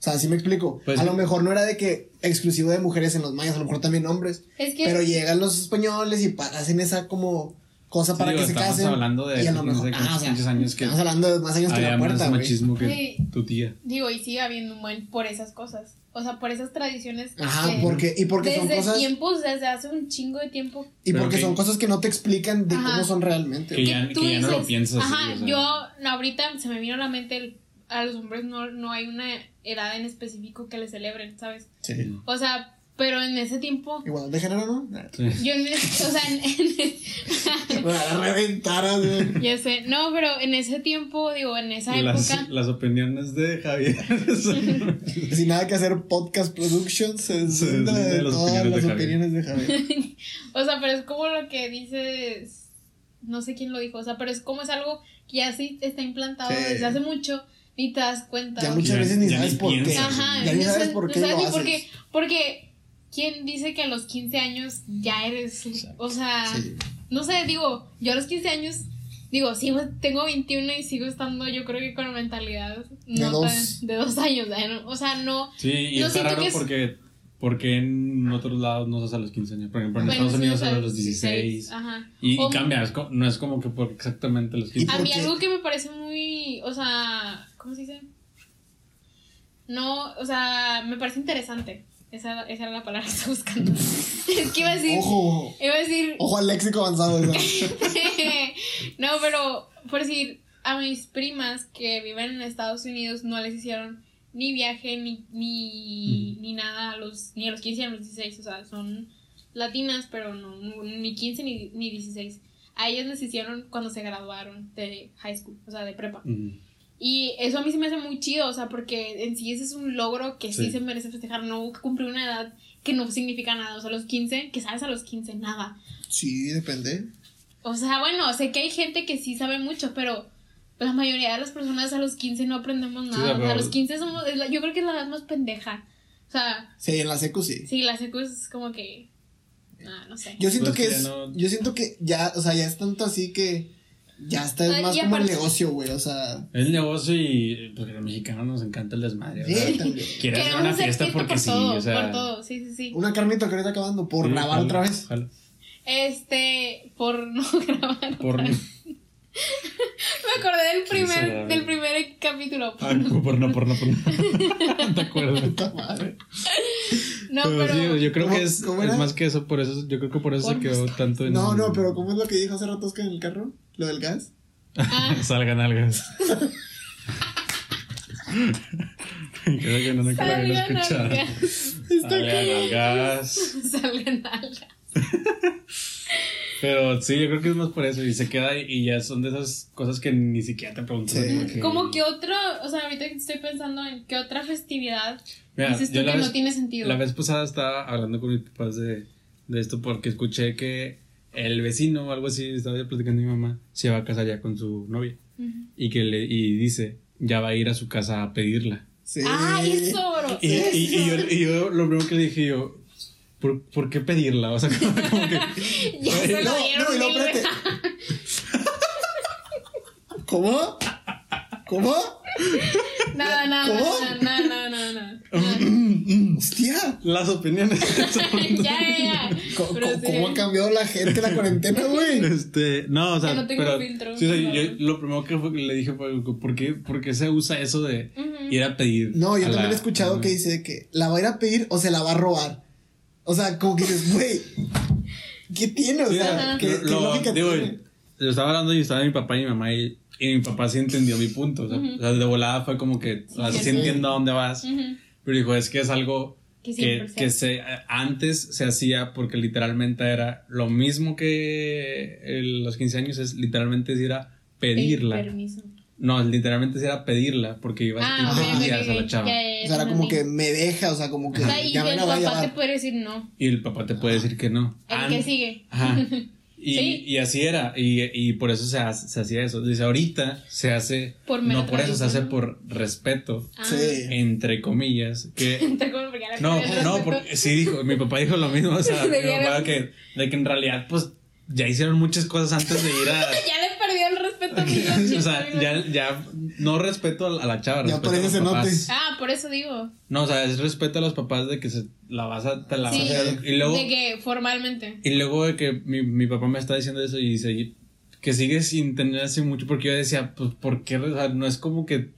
[SPEAKER 3] O sea, así me explico.
[SPEAKER 2] Pues-
[SPEAKER 3] a lo mejor no era de que exclusivo de mujeres en los mayas, a lo mejor también hombres.
[SPEAKER 1] Es que.
[SPEAKER 3] Pero llegan los españoles y pa- hacen esa como cosa
[SPEAKER 2] Sí,
[SPEAKER 3] para
[SPEAKER 2] digo,
[SPEAKER 3] que se
[SPEAKER 2] estamos
[SPEAKER 3] casen.
[SPEAKER 2] hablando de
[SPEAKER 3] y a lo
[SPEAKER 2] no sé
[SPEAKER 3] mejor,
[SPEAKER 2] cuántos
[SPEAKER 3] ah, o sea,
[SPEAKER 2] pinches años que
[SPEAKER 3] estamos hablando de más años que la
[SPEAKER 2] había
[SPEAKER 3] puerta,
[SPEAKER 2] más
[SPEAKER 3] güey.
[SPEAKER 2] machismo que
[SPEAKER 1] Sí.
[SPEAKER 2] tu tía.
[SPEAKER 1] Digo, y sigue habiendo un buen por esas cosas. O sea, por esas tradiciones.
[SPEAKER 3] Ajá,
[SPEAKER 1] que
[SPEAKER 3] porque, y porque son
[SPEAKER 1] desde
[SPEAKER 3] cosas.
[SPEAKER 1] tiempos, desde hace un chingo de tiempo
[SPEAKER 3] Y
[SPEAKER 2] Pero
[SPEAKER 3] porque
[SPEAKER 2] que-
[SPEAKER 3] son cosas que no te explican de
[SPEAKER 1] Ajá.
[SPEAKER 3] cómo son realmente.
[SPEAKER 2] Que ya-
[SPEAKER 1] tú
[SPEAKER 2] que ya no lo piensas así,
[SPEAKER 1] Ajá,
[SPEAKER 2] o sea.
[SPEAKER 1] yo no, ahorita se me vino a la mente el- a los hombres no, no hay una edad en específico que le celebren, ¿sabes?
[SPEAKER 3] Sí.
[SPEAKER 1] O sea, pero en ese tiempo,
[SPEAKER 3] Igual de género, ¿no?
[SPEAKER 2] Sí.
[SPEAKER 1] yo en ese- o sea, en- en-
[SPEAKER 3] Me van a reventar, güey.
[SPEAKER 1] ya sé, no, pero en ese tiempo, digo, en esa
[SPEAKER 2] Las,
[SPEAKER 1] época,
[SPEAKER 2] las opiniones de Javier son-
[SPEAKER 3] Sin nada que hacer, Podcast Productions se
[SPEAKER 2] deslinda
[SPEAKER 3] deslinda de
[SPEAKER 2] de las
[SPEAKER 3] todas
[SPEAKER 2] opiniones
[SPEAKER 3] las
[SPEAKER 2] de Javier.
[SPEAKER 3] opiniones de Javier.
[SPEAKER 1] o sea, pero es como lo que dices, no sé quién lo dijo, o sea, pero es como es algo que ya sí está implantado
[SPEAKER 3] Sí.
[SPEAKER 1] desde hace mucho, ni te das cuenta.
[SPEAKER 3] Ya
[SPEAKER 1] o
[SPEAKER 3] muchas
[SPEAKER 2] Ya-
[SPEAKER 3] veces ni
[SPEAKER 2] ya
[SPEAKER 3] sabes
[SPEAKER 2] ni
[SPEAKER 3] por qué.
[SPEAKER 2] piensas.
[SPEAKER 1] Ajá,
[SPEAKER 3] Ya ni sabes por qué lo
[SPEAKER 1] ni
[SPEAKER 3] haces.
[SPEAKER 1] por qué. Porque, ¿quién dice que a los 15 años ya eres? O sea,
[SPEAKER 3] Sí.
[SPEAKER 1] no sé, digo, yo a los 15 años, digo, sigo, tengo 21 y sigo estando, yo creo que con mentalidad no
[SPEAKER 3] dos.
[SPEAKER 1] tan- de dos años. ay, no, O sea, no.
[SPEAKER 2] Sí, y
[SPEAKER 1] No
[SPEAKER 2] está
[SPEAKER 1] siento
[SPEAKER 2] raro
[SPEAKER 1] que es-
[SPEAKER 2] porque, porque en otros lados no se hace a los 15 años. Por ejemplo, en
[SPEAKER 1] bueno,
[SPEAKER 2] Estados
[SPEAKER 1] sí,
[SPEAKER 2] Unidos se
[SPEAKER 1] o
[SPEAKER 2] hace
[SPEAKER 1] sea,
[SPEAKER 2] a los 16.
[SPEAKER 1] Ajá.
[SPEAKER 2] Y, y
[SPEAKER 1] O-
[SPEAKER 2] cambia, es co- no es como que por exactamente los
[SPEAKER 3] ¿Y
[SPEAKER 2] 15.
[SPEAKER 1] A
[SPEAKER 3] por
[SPEAKER 1] mí
[SPEAKER 3] qué?
[SPEAKER 1] algo que me parece muy, o sea, ¿cómo se dice? No, o sea, me parece interesante. Esa, esa era la palabra que estaba buscando. es que iba a decir...
[SPEAKER 3] Ojo,
[SPEAKER 1] Iba a decir.
[SPEAKER 3] ojo al léxico avanzado. o sea.
[SPEAKER 1] no, pero por decir, a mis primas que viven en Estados Unidos no les hicieron ni viaje ni, ni, ni nada a los, ni a los 15 ni a los 16. O sea, son latinas, pero no, ni 15 ni, ni 16. A ellas les hicieron cuando se graduaron de high school, o sea, de prepa.
[SPEAKER 2] Mm.
[SPEAKER 1] Y eso a mí se me hace muy chido, o sea, porque en sí ese es un logro que sí,
[SPEAKER 2] Sí.
[SPEAKER 1] se merece festejar, no cumplir una edad que no significa nada, o sea, a los 15, que sabes a los 15, nada.
[SPEAKER 3] Sí, depende.
[SPEAKER 1] O sea, bueno, sé que hay gente que sí sabe mucho, pero la mayoría de las personas a los 15 no aprendemos nada,
[SPEAKER 2] Sí,
[SPEAKER 1] o sea, a
[SPEAKER 2] pero-
[SPEAKER 1] los 15 somos, es la- yo creo que es la edad más pendeja, o sea,
[SPEAKER 3] Sí, en la secu sí.
[SPEAKER 1] sí, la secu es como que, ah, no sé.
[SPEAKER 3] Yo siento
[SPEAKER 2] Pues
[SPEAKER 3] que
[SPEAKER 2] ya
[SPEAKER 3] es.
[SPEAKER 2] no-
[SPEAKER 3] Yo siento que ya, o sea, ya es tanto así que. Ya está,
[SPEAKER 1] Ah,
[SPEAKER 3] es más
[SPEAKER 1] y
[SPEAKER 3] como el
[SPEAKER 1] aparte-
[SPEAKER 3] negocio, güey. O sea.
[SPEAKER 2] Es negocio y porque a los mexicanos nos encanta el desmadre. o sea,
[SPEAKER 3] Sí, también.
[SPEAKER 2] Quiere hacer
[SPEAKER 1] Queremos
[SPEAKER 2] una
[SPEAKER 1] hacer
[SPEAKER 2] fiesta
[SPEAKER 1] fiesta
[SPEAKER 2] porque
[SPEAKER 1] por
[SPEAKER 2] sí,
[SPEAKER 1] todo,
[SPEAKER 2] o sea.
[SPEAKER 1] por todo, sí, sí, sí.
[SPEAKER 3] Una carnita que ahorita acabando por
[SPEAKER 2] sí,
[SPEAKER 3] grabar
[SPEAKER 2] jalo,
[SPEAKER 3] otra vez.
[SPEAKER 2] jalo.
[SPEAKER 1] Este, por no grabar.
[SPEAKER 2] Por, ah,
[SPEAKER 1] Me acordé del primer,
[SPEAKER 2] Miserable.
[SPEAKER 1] del primer capítulo.
[SPEAKER 2] Ah, no, por no, por no, por no. ¿Te acuerdas?
[SPEAKER 3] Puta madre.
[SPEAKER 1] No,
[SPEAKER 2] Pero
[SPEAKER 1] pero.
[SPEAKER 2] sí, yo creo
[SPEAKER 3] ¿Cómo-
[SPEAKER 2] que es,
[SPEAKER 3] cómo
[SPEAKER 2] es
[SPEAKER 3] era?
[SPEAKER 2] más que eso, por eso, yo creo que por eso se
[SPEAKER 1] Por
[SPEAKER 2] quedó tanto en...
[SPEAKER 3] No, no, pero ¿cómo es lo que dijo hace rato Oscar en el carro? Lo del gas.
[SPEAKER 1] Ah,
[SPEAKER 2] Salgan algas. Creo que no me acuerdo haberlo
[SPEAKER 1] salgan
[SPEAKER 2] escuchado.
[SPEAKER 1] algas.
[SPEAKER 2] Salgan algas.
[SPEAKER 1] Salgan algas.
[SPEAKER 2] Pero sí, yo creo que es más por eso. Y se queda y- y ya son de esas cosas que ni siquiera te preguntas.
[SPEAKER 3] Sí.
[SPEAKER 2] como que-
[SPEAKER 1] Como que otro. O sea, ahorita que estoy pensando en qué otra festividad
[SPEAKER 2] Mira,
[SPEAKER 1] dices tú
[SPEAKER 2] yo
[SPEAKER 1] que
[SPEAKER 2] la
[SPEAKER 1] no
[SPEAKER 2] vez,
[SPEAKER 1] tiene sentido.
[SPEAKER 2] la vez pasada estaba hablando con mis papás de, de esto porque escuché que el vecino o algo así, estaba yo platicando a mi mamá, se va a casar ya con su novia.
[SPEAKER 1] Ujú.
[SPEAKER 2] Y que le y dice, ya va a ir a su casa a pedirla.
[SPEAKER 3] Sí.
[SPEAKER 1] Ah, eso, bro.
[SPEAKER 2] Y, y- y yo, y yo lo primero que le dije yo, ¿por, por qué pedirla? O sea, como, como que...
[SPEAKER 1] Ya se lo dieron.
[SPEAKER 3] No, no, y no,
[SPEAKER 1] mil
[SPEAKER 3] espérate.
[SPEAKER 1] veces.
[SPEAKER 3] ¿Cómo? ¿Cómo?
[SPEAKER 1] Nada, nada,
[SPEAKER 3] ¿Cómo?
[SPEAKER 2] Oh,
[SPEAKER 1] nada, nada, nada, nada, nada.
[SPEAKER 2] Mm,
[SPEAKER 3] Hostia.
[SPEAKER 2] Las opiniones.
[SPEAKER 1] ya, ya, ya.
[SPEAKER 3] Co- co-
[SPEAKER 1] Pero sí.
[SPEAKER 3] ¿Cómo ha cambiado la gente la cuarentena, güey?
[SPEAKER 2] Este, no, o sea,
[SPEAKER 1] Ya no tengo
[SPEAKER 2] pero,
[SPEAKER 1] filtro,
[SPEAKER 2] sí, o sea,
[SPEAKER 1] no.
[SPEAKER 2] yo lo primero que, fue que le dije fue, ¿por qué, por qué se usa eso de
[SPEAKER 1] Ujú.
[SPEAKER 2] ir a pedir?
[SPEAKER 3] No, yo
[SPEAKER 2] a la-
[SPEAKER 3] también he escuchado que dice que la va a ir a pedir o se la va a robar. O sea, como que dices, güey, ¿qué tiene? O
[SPEAKER 2] Sí,
[SPEAKER 3] sea,
[SPEAKER 1] ajá.
[SPEAKER 3] ¿qué, qué
[SPEAKER 2] lo-
[SPEAKER 3] lógica
[SPEAKER 2] digo,
[SPEAKER 3] tiene?
[SPEAKER 1] eh,
[SPEAKER 2] Lo estaba hablando y estaba mi papá y mi mamá y, y mi papá sí entendió mi punto. O sea, o sea, de volada fue como que o sea,
[SPEAKER 1] Sí,
[SPEAKER 2] sí
[SPEAKER 1] sí.
[SPEAKER 2] entiendo a dónde vas.
[SPEAKER 1] Ujú.
[SPEAKER 2] Pero dijo, es que es algo
[SPEAKER 1] Que
[SPEAKER 2] que,
[SPEAKER 1] siempre se
[SPEAKER 2] que
[SPEAKER 1] hace.
[SPEAKER 2] se, antes se hacía porque literalmente era lo mismo que el- los 15 años, es literalmente es ir a pedirla.
[SPEAKER 1] Pedir permiso.
[SPEAKER 2] No, literalmente sí era pedirla porque ibas
[SPEAKER 1] Ah,
[SPEAKER 2] y
[SPEAKER 1] ok, ok,
[SPEAKER 2] pedías a
[SPEAKER 1] ok.
[SPEAKER 2] la chava.
[SPEAKER 1] Ya, ya, ya,
[SPEAKER 3] O sea, era
[SPEAKER 1] entendí.
[SPEAKER 3] como que me deja, o sea, como que
[SPEAKER 1] O sea, y
[SPEAKER 3] ya me
[SPEAKER 1] el
[SPEAKER 3] la va a
[SPEAKER 1] papá te
[SPEAKER 3] llevar.
[SPEAKER 1] puede decir no.
[SPEAKER 2] Y el papá te puede decir que no.
[SPEAKER 1] El
[SPEAKER 2] Ah,
[SPEAKER 1] que sigue.
[SPEAKER 2] Ajá. Y,
[SPEAKER 1] Sí.
[SPEAKER 2] y así era, y, y por eso se, hace- se hacía eso. Dice, ahorita se hace,
[SPEAKER 1] Por mera
[SPEAKER 2] no por eso, se hace
[SPEAKER 1] tradición.
[SPEAKER 2] por respeto,
[SPEAKER 1] Ah.
[SPEAKER 3] Sí.
[SPEAKER 2] entre comillas, que...
[SPEAKER 1] Está como porque ya la
[SPEAKER 2] No,
[SPEAKER 1] cambié de
[SPEAKER 2] no,
[SPEAKER 1] respeto.
[SPEAKER 2] porque sí dijo, mi papá dijo lo mismo, o sea, mi
[SPEAKER 1] Debieron-
[SPEAKER 2] papá que, de que en realidad, pues, ya hicieron muchas cosas antes de ir a...
[SPEAKER 1] Ya le perdió el respeto a mis dos
[SPEAKER 2] o sea,
[SPEAKER 1] chicos.
[SPEAKER 2] ya, ya, no respeto a la chava,
[SPEAKER 3] Ya
[SPEAKER 2] respeto
[SPEAKER 3] parece
[SPEAKER 2] a los
[SPEAKER 3] cenote.
[SPEAKER 2] papás.
[SPEAKER 1] Ah, por eso digo.
[SPEAKER 2] No, o sea, es respeto a los papás de que se la vas a, te la
[SPEAKER 1] Sí.
[SPEAKER 2] vas a hacer. Y luego,
[SPEAKER 1] De que formalmente.
[SPEAKER 2] y luego de que mi, mi papá me está diciendo eso y dice y- que sigue sin tener así mucho, porque yo decía, pues, ¿por qué? O sea, no es como que.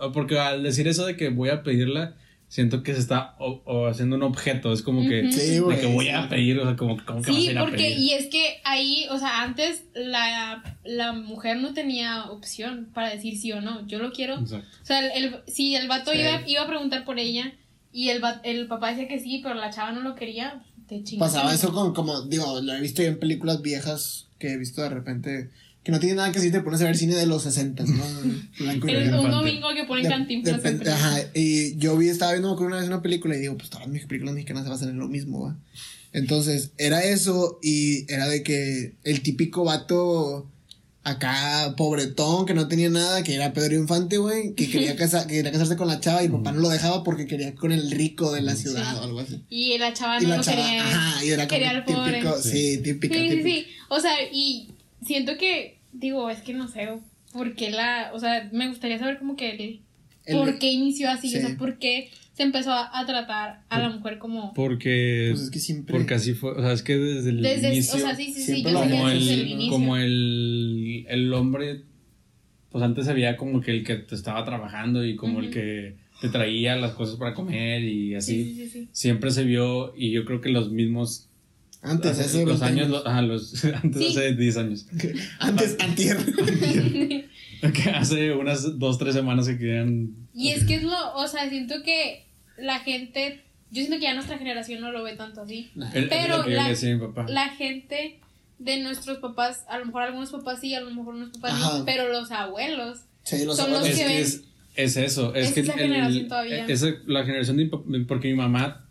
[SPEAKER 2] o Porque al decir eso de que voy a pedirla, siento que se está o- o haciendo un objeto, es como que.
[SPEAKER 1] Ujú.
[SPEAKER 3] Sí,
[SPEAKER 2] De
[SPEAKER 3] güey.
[SPEAKER 2] que voy a pedir, o sea, como, como que vas a
[SPEAKER 1] Sí,
[SPEAKER 2] ir a
[SPEAKER 1] porque,
[SPEAKER 2] pedir.
[SPEAKER 1] y es que ahí, o sea, antes la, la mujer no tenía opción para decir sí o no. Yo lo quiero.
[SPEAKER 2] Exacto.
[SPEAKER 1] O sea, el, el- si el vato
[SPEAKER 2] Sí.
[SPEAKER 1] iba, iba a preguntar por ella y el, va- el papá decía que sí, pero la chava no lo quería, te chingas.
[SPEAKER 3] Pasaba eso con, como, digo, lo he visto yo en películas viejas que he visto de repente, que no tiene nada que decir, te pones a ver cine de los 60, ¿no? Blanco y
[SPEAKER 1] El-
[SPEAKER 3] negro.
[SPEAKER 1] un
[SPEAKER 2] Elefante.
[SPEAKER 1] domingo que ponen
[SPEAKER 3] De-
[SPEAKER 1] cantinflas.
[SPEAKER 3] de-
[SPEAKER 1] siempre.
[SPEAKER 3] ajá, y yo vi, estaba viendo me acuerdo, una vez una película y digo, pues todas mis películas mexicanas se basan en lo mismo, ¿va? Entonces, era eso y era de que el típico vato acá, pobretón, que no tenía nada, que era Pedro Infante, güey, que quería, casa- que quería casarse con la chava y papá no lo dejaba porque quería con el rico de la ciudad
[SPEAKER 1] Sí.
[SPEAKER 3] o algo así.
[SPEAKER 1] Y la chava Ah,
[SPEAKER 3] y
[SPEAKER 1] no
[SPEAKER 3] la
[SPEAKER 1] lo
[SPEAKER 3] chava,
[SPEAKER 1] quería.
[SPEAKER 3] ajá, y era como
[SPEAKER 1] quería al pobre.
[SPEAKER 3] típico, sí, típica,
[SPEAKER 1] sí, sí,
[SPEAKER 3] típica.
[SPEAKER 1] sí. O sea, y siento que, digo, es que no sé por qué la. O sea, me gustaría saber como que el.
[SPEAKER 3] El-
[SPEAKER 1] ¿Por qué inició así? O
[SPEAKER 3] Sí.
[SPEAKER 1] sea, ¿por qué se empezó a, a tratar a la mujer como.
[SPEAKER 2] Porque.
[SPEAKER 3] Pues es que siempre...
[SPEAKER 2] Porque así fue, o sea, es que desde el
[SPEAKER 1] Desde,
[SPEAKER 2] inicio.
[SPEAKER 1] o sea, sí, sí, sí,
[SPEAKER 3] siempre
[SPEAKER 1] yo sé
[SPEAKER 2] como
[SPEAKER 1] que
[SPEAKER 2] el,
[SPEAKER 1] desde el inicio.
[SPEAKER 2] como el el hombre pues antes había como que el que te estaba trabajando y como el
[SPEAKER 1] Ujú.
[SPEAKER 2] que te traía las cosas para comer y así
[SPEAKER 1] Sí, sí, sí, sí.
[SPEAKER 2] siempre se vio y yo creo que los mismos
[SPEAKER 3] antes,
[SPEAKER 2] hace-
[SPEAKER 3] hace
[SPEAKER 2] los
[SPEAKER 3] 20
[SPEAKER 2] años los, ajá, los- antes
[SPEAKER 1] Sí.
[SPEAKER 2] hace 10 años
[SPEAKER 3] Antes, antier.
[SPEAKER 2] que hace unas 2 3 semanas que quedan
[SPEAKER 1] Y es que es lo, o sea, siento que la gente, yo siento que ya nuestra generación no lo ve tanto así.
[SPEAKER 2] El- es
[SPEAKER 1] Pero
[SPEAKER 2] lo que yo
[SPEAKER 1] la-
[SPEAKER 2] le decía a mi papá
[SPEAKER 1] La gente de nuestros papás, a lo mejor algunos papás sí, a lo mejor unos papás
[SPEAKER 3] Ajá.
[SPEAKER 1] no, pero los abuelos.
[SPEAKER 3] Sí, los
[SPEAKER 1] Son los
[SPEAKER 3] abuelos.
[SPEAKER 2] es
[SPEAKER 1] que
[SPEAKER 2] que
[SPEAKER 1] ven-
[SPEAKER 2] es, es eso. Es
[SPEAKER 1] Esa
[SPEAKER 2] que e,
[SPEAKER 1] es la generación todavía.
[SPEAKER 2] esa- la generación de mi pa- Porque mi mamá,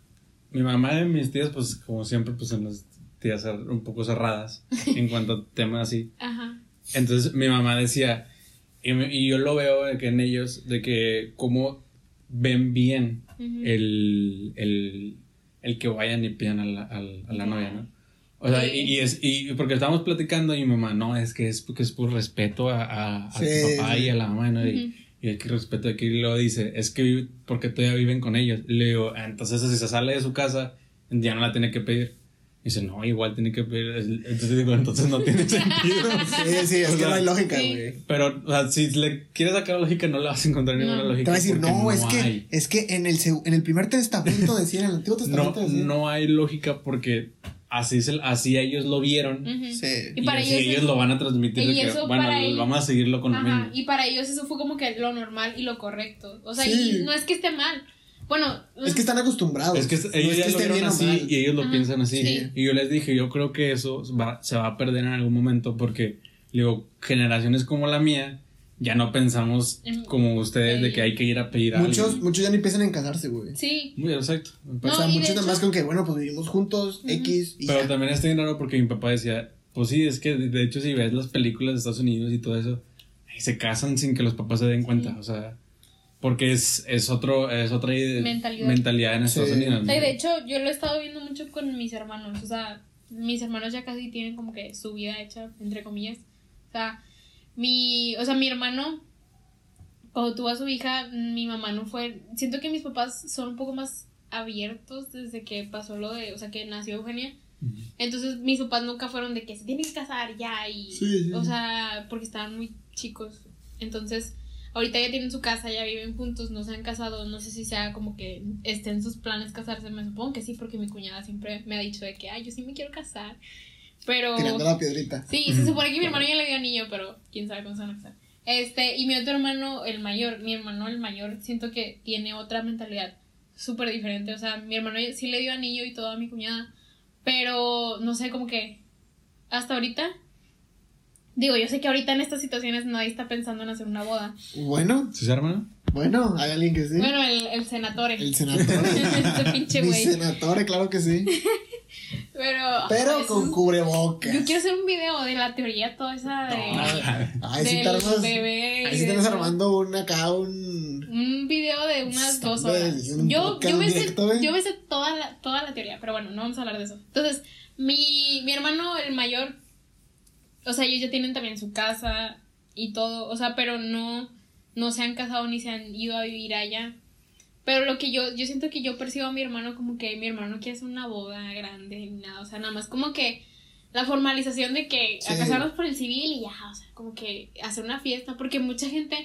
[SPEAKER 2] mi mamá de mis tías, pues como siempre, pues son las tías cer- un poco cerradas en cuanto a temas así.
[SPEAKER 1] Ajá.
[SPEAKER 2] Entonces mi mamá decía, y, me- y yo lo veo de que en ellos, de que cómo ven bien
[SPEAKER 1] Ujú.
[SPEAKER 2] Eh, el, el, el que vayan y pidan a la, al- a la
[SPEAKER 1] Ya.
[SPEAKER 2] novia, ¿no? O sea, y, y es, y porque estábamos platicando y mi mamá, no, es que es, porque es por respeto a, a, a tu
[SPEAKER 3] Sí,
[SPEAKER 2] papá
[SPEAKER 3] sí.
[SPEAKER 2] y a la mamá, ¿no? Y-
[SPEAKER 1] Ujú.
[SPEAKER 2] y el que respeto aquí lo dice, es que vive- porque todavía viven con ellos. Le digo, "Ah, entonces si se sale de su casa, ya no la tiene que pedir. Dice, no, igual tiene que pedir. Entonces digo, entonces no tiene sentido.
[SPEAKER 3] Sí, sí, es
[SPEAKER 2] O
[SPEAKER 3] que
[SPEAKER 2] sea,
[SPEAKER 3] no hay lógica,
[SPEAKER 1] sí.
[SPEAKER 3] güey.
[SPEAKER 2] Pero, o sea, si le quieres sacar lógica, no le vas a encontrar ninguna
[SPEAKER 1] No.
[SPEAKER 2] lógica.
[SPEAKER 3] Te va a decir,
[SPEAKER 2] porque
[SPEAKER 3] no, es, que,
[SPEAKER 2] hay.
[SPEAKER 3] es que en el, seg- en el primer testamento decía, en el antiguo
[SPEAKER 2] No,
[SPEAKER 3] testamento decía.
[SPEAKER 2] no hay lógica porque así, se- así ellos lo vieron.
[SPEAKER 1] Ujú.
[SPEAKER 3] Sí.
[SPEAKER 1] Y
[SPEAKER 2] Y,
[SPEAKER 1] para
[SPEAKER 2] así
[SPEAKER 1] ellos
[SPEAKER 2] ellos,
[SPEAKER 1] es-
[SPEAKER 2] lo van a transmitir.
[SPEAKER 1] y
[SPEAKER 2] de que,
[SPEAKER 1] eso
[SPEAKER 2] bueno,
[SPEAKER 1] para ellos-
[SPEAKER 2] vamos a seguirlo con lo
[SPEAKER 1] Ajá.
[SPEAKER 2] mismo.
[SPEAKER 1] Y para ellos eso fue como que lo normal y lo correcto. O sea,
[SPEAKER 3] Sí.
[SPEAKER 1] y no es que esté mal. Bueno,
[SPEAKER 3] Es que están acostumbrados.
[SPEAKER 2] Es que
[SPEAKER 3] No
[SPEAKER 2] ellos ya
[SPEAKER 3] esté
[SPEAKER 2] lo vieron
[SPEAKER 3] o
[SPEAKER 2] así
[SPEAKER 3] mal.
[SPEAKER 2] y ellos lo
[SPEAKER 1] Ajá,
[SPEAKER 2] piensan así.
[SPEAKER 1] sí.
[SPEAKER 2] Y yo les dije, yo creo que eso va- se va a perder en algún momento porque, le digo, generaciones como la mía ya no pensamos
[SPEAKER 1] Ujú.
[SPEAKER 2] como ustedes de que hay que ir a pedir a
[SPEAKER 3] Muchos,
[SPEAKER 2] alguien.
[SPEAKER 3] muchos ya ni piensan en casarse, güey.
[SPEAKER 1] sí.
[SPEAKER 2] Muy exacto. me
[SPEAKER 3] O
[SPEAKER 2] parece.
[SPEAKER 3] sea,
[SPEAKER 1] No, y de
[SPEAKER 3] muchos nada
[SPEAKER 1] hecho-
[SPEAKER 3] más con que, bueno, pues vivimos juntos, X, y
[SPEAKER 2] Pero
[SPEAKER 3] ya.
[SPEAKER 2] también está bien raro porque mi papá decía, pues sí, es que de de hecho si ves las películas de Estados Unidos y todo eso, ay, se casan sin que los papás se den cuenta, o sea, porque es, es, otro, es otra ide-
[SPEAKER 1] Mentalidad.
[SPEAKER 2] mentalidad en Estados
[SPEAKER 3] Sí.
[SPEAKER 2] Unidos.
[SPEAKER 1] O
[SPEAKER 2] ¿no?
[SPEAKER 1] sea, y de hecho, yo lo he estado viendo mucho con mis hermanos. O sea, mis hermanos ya casi tienen como que su vida hecha, entre comillas. O sea, mi, o sea, mi hermano, cuando tuvo a su hija, mi mamá no fue. Siento que mis papás son un poco más abiertos desde que pasó lo de, o sea, que nació Eugenia. Entonces mis papás nunca fueron de que se tienen que casar ya y,
[SPEAKER 3] Sí, sí,
[SPEAKER 1] o
[SPEAKER 3] sí.
[SPEAKER 1] sea, porque estaban muy chicos. Entonces, ahorita ya tienen su casa, ya viven juntos, no se han casado, no sé si sea como que esté en sus planes casarse, me supongo que sí, porque mi cuñada siempre me ha dicho de que, ay, yo sí me quiero casar, pero...
[SPEAKER 3] Tirando la piedrita.
[SPEAKER 1] Sí, se supone que mi hermano ya le dio anillo, pero quién sabe cómo se van a casar. Este, y mi otro hermano, el mayor, mi hermano el mayor, siento que tiene otra mentalidad súper diferente. O sea, mi hermano sí le dio anillo y todo a mi cuñada, pero no sé, como que hasta ahorita. Digo, yo sé que ahorita en estas situaciones nadie está pensando en hacer una boda.
[SPEAKER 3] Bueno,
[SPEAKER 2] ¿Sí, hermano?
[SPEAKER 3] bueno, hay alguien que sí.
[SPEAKER 1] Bueno, el, el senatore.
[SPEAKER 3] El senatore.
[SPEAKER 1] Este pinche
[SPEAKER 3] Mi
[SPEAKER 1] güey.
[SPEAKER 3] senatore, claro que sí.
[SPEAKER 1] Pero.
[SPEAKER 3] Pero
[SPEAKER 1] ay,
[SPEAKER 3] con
[SPEAKER 1] eso-
[SPEAKER 3] cubrebocas.
[SPEAKER 1] Yo quiero hacer un video de la teoría toda esa de.
[SPEAKER 3] Ay, sí
[SPEAKER 1] del
[SPEAKER 3] tardas.
[SPEAKER 1] bebé y
[SPEAKER 3] Ahí sí
[SPEAKER 1] de
[SPEAKER 3] estás
[SPEAKER 1] eso.
[SPEAKER 3] armando un acá, un.
[SPEAKER 1] Un video de unas
[SPEAKER 3] Está
[SPEAKER 1] dos
[SPEAKER 3] bien,
[SPEAKER 1] horas.
[SPEAKER 3] un
[SPEAKER 1] Yo,
[SPEAKER 3] podcast
[SPEAKER 1] yo me sé,
[SPEAKER 3] directo, ¿eh?
[SPEAKER 1] yo me sé toda, la, toda la teoría, pero bueno, no vamos a hablar de eso. Entonces, mi, mi hermano, el mayor, o sea, ellos ya tienen también su casa y todo, o sea, pero no, no se han casado ni se han ido a vivir allá. Pero lo que yo, yo siento que yo percibo a mi hermano como que mi hermano no quiere hacer una boda grande ni nada, o sea, nada más como que la formalización de que a
[SPEAKER 3] Sí.
[SPEAKER 1] casarnos por el civil y ya, o sea, como que hacer una fiesta, porque mucha gente,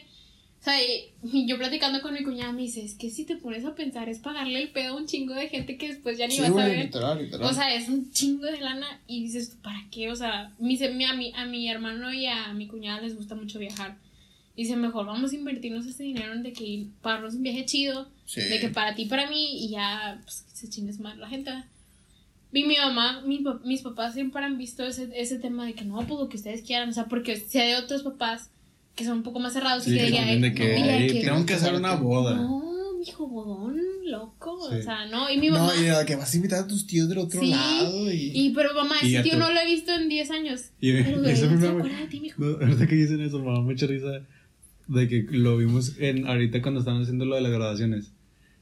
[SPEAKER 1] o sea, y- y yo platicando con mi cuñada me dice, es que si te pones a pensar es pagarle el pedo a un chingo de gente que después ya ni
[SPEAKER 3] Sí,
[SPEAKER 1] vas a
[SPEAKER 3] güey,
[SPEAKER 1] ver.
[SPEAKER 3] literal, literal.
[SPEAKER 1] O sea, es un chingo de lana y dices, ¿para qué? O sea, me dice, mi- a, mi, a mi hermano y a mi cuñada les gusta mucho viajar. Dice, mejor vamos a invertirnos ese dinero en de que ir, pagarnos un viaje chido,
[SPEAKER 3] Sí.
[SPEAKER 1] de que para ti, para mí, y ya pues, que se chingues más la gente. ¿verdad? Y mi mamá, mi pa- mis papás siempre han visto ese, ese tema de que no, pues lo que ustedes quieran, o sea, porque sé de otros papás que son un poco más cerrados y
[SPEAKER 2] Sí,
[SPEAKER 1] que
[SPEAKER 2] que
[SPEAKER 1] dirían,
[SPEAKER 2] también de que,
[SPEAKER 1] no, mira
[SPEAKER 2] "Ey,
[SPEAKER 1] que-
[SPEAKER 2] tengo que hacer una boda.
[SPEAKER 1] no, mijo, bodón, loco,
[SPEAKER 2] Sí.
[SPEAKER 1] o sea, no, y mi mamá...
[SPEAKER 3] No, y a que vas a invitar a tus tíos del otro
[SPEAKER 1] Sí,
[SPEAKER 3] lado. Y...
[SPEAKER 1] Y pero mamá,
[SPEAKER 2] Y
[SPEAKER 1] ese
[SPEAKER 2] a
[SPEAKER 1] tío
[SPEAKER 2] tu-
[SPEAKER 1] no lo he visto en 10 años.
[SPEAKER 2] Y,
[SPEAKER 1] Pero güey,
[SPEAKER 2] eso
[SPEAKER 1] no se
[SPEAKER 2] me-
[SPEAKER 1] acuerda de ti, mijo.
[SPEAKER 2] No, ahorita que dicen eso, me da mucha risa de que lo vimos en ahorita cuando estaban haciendo lo de las graduaciones.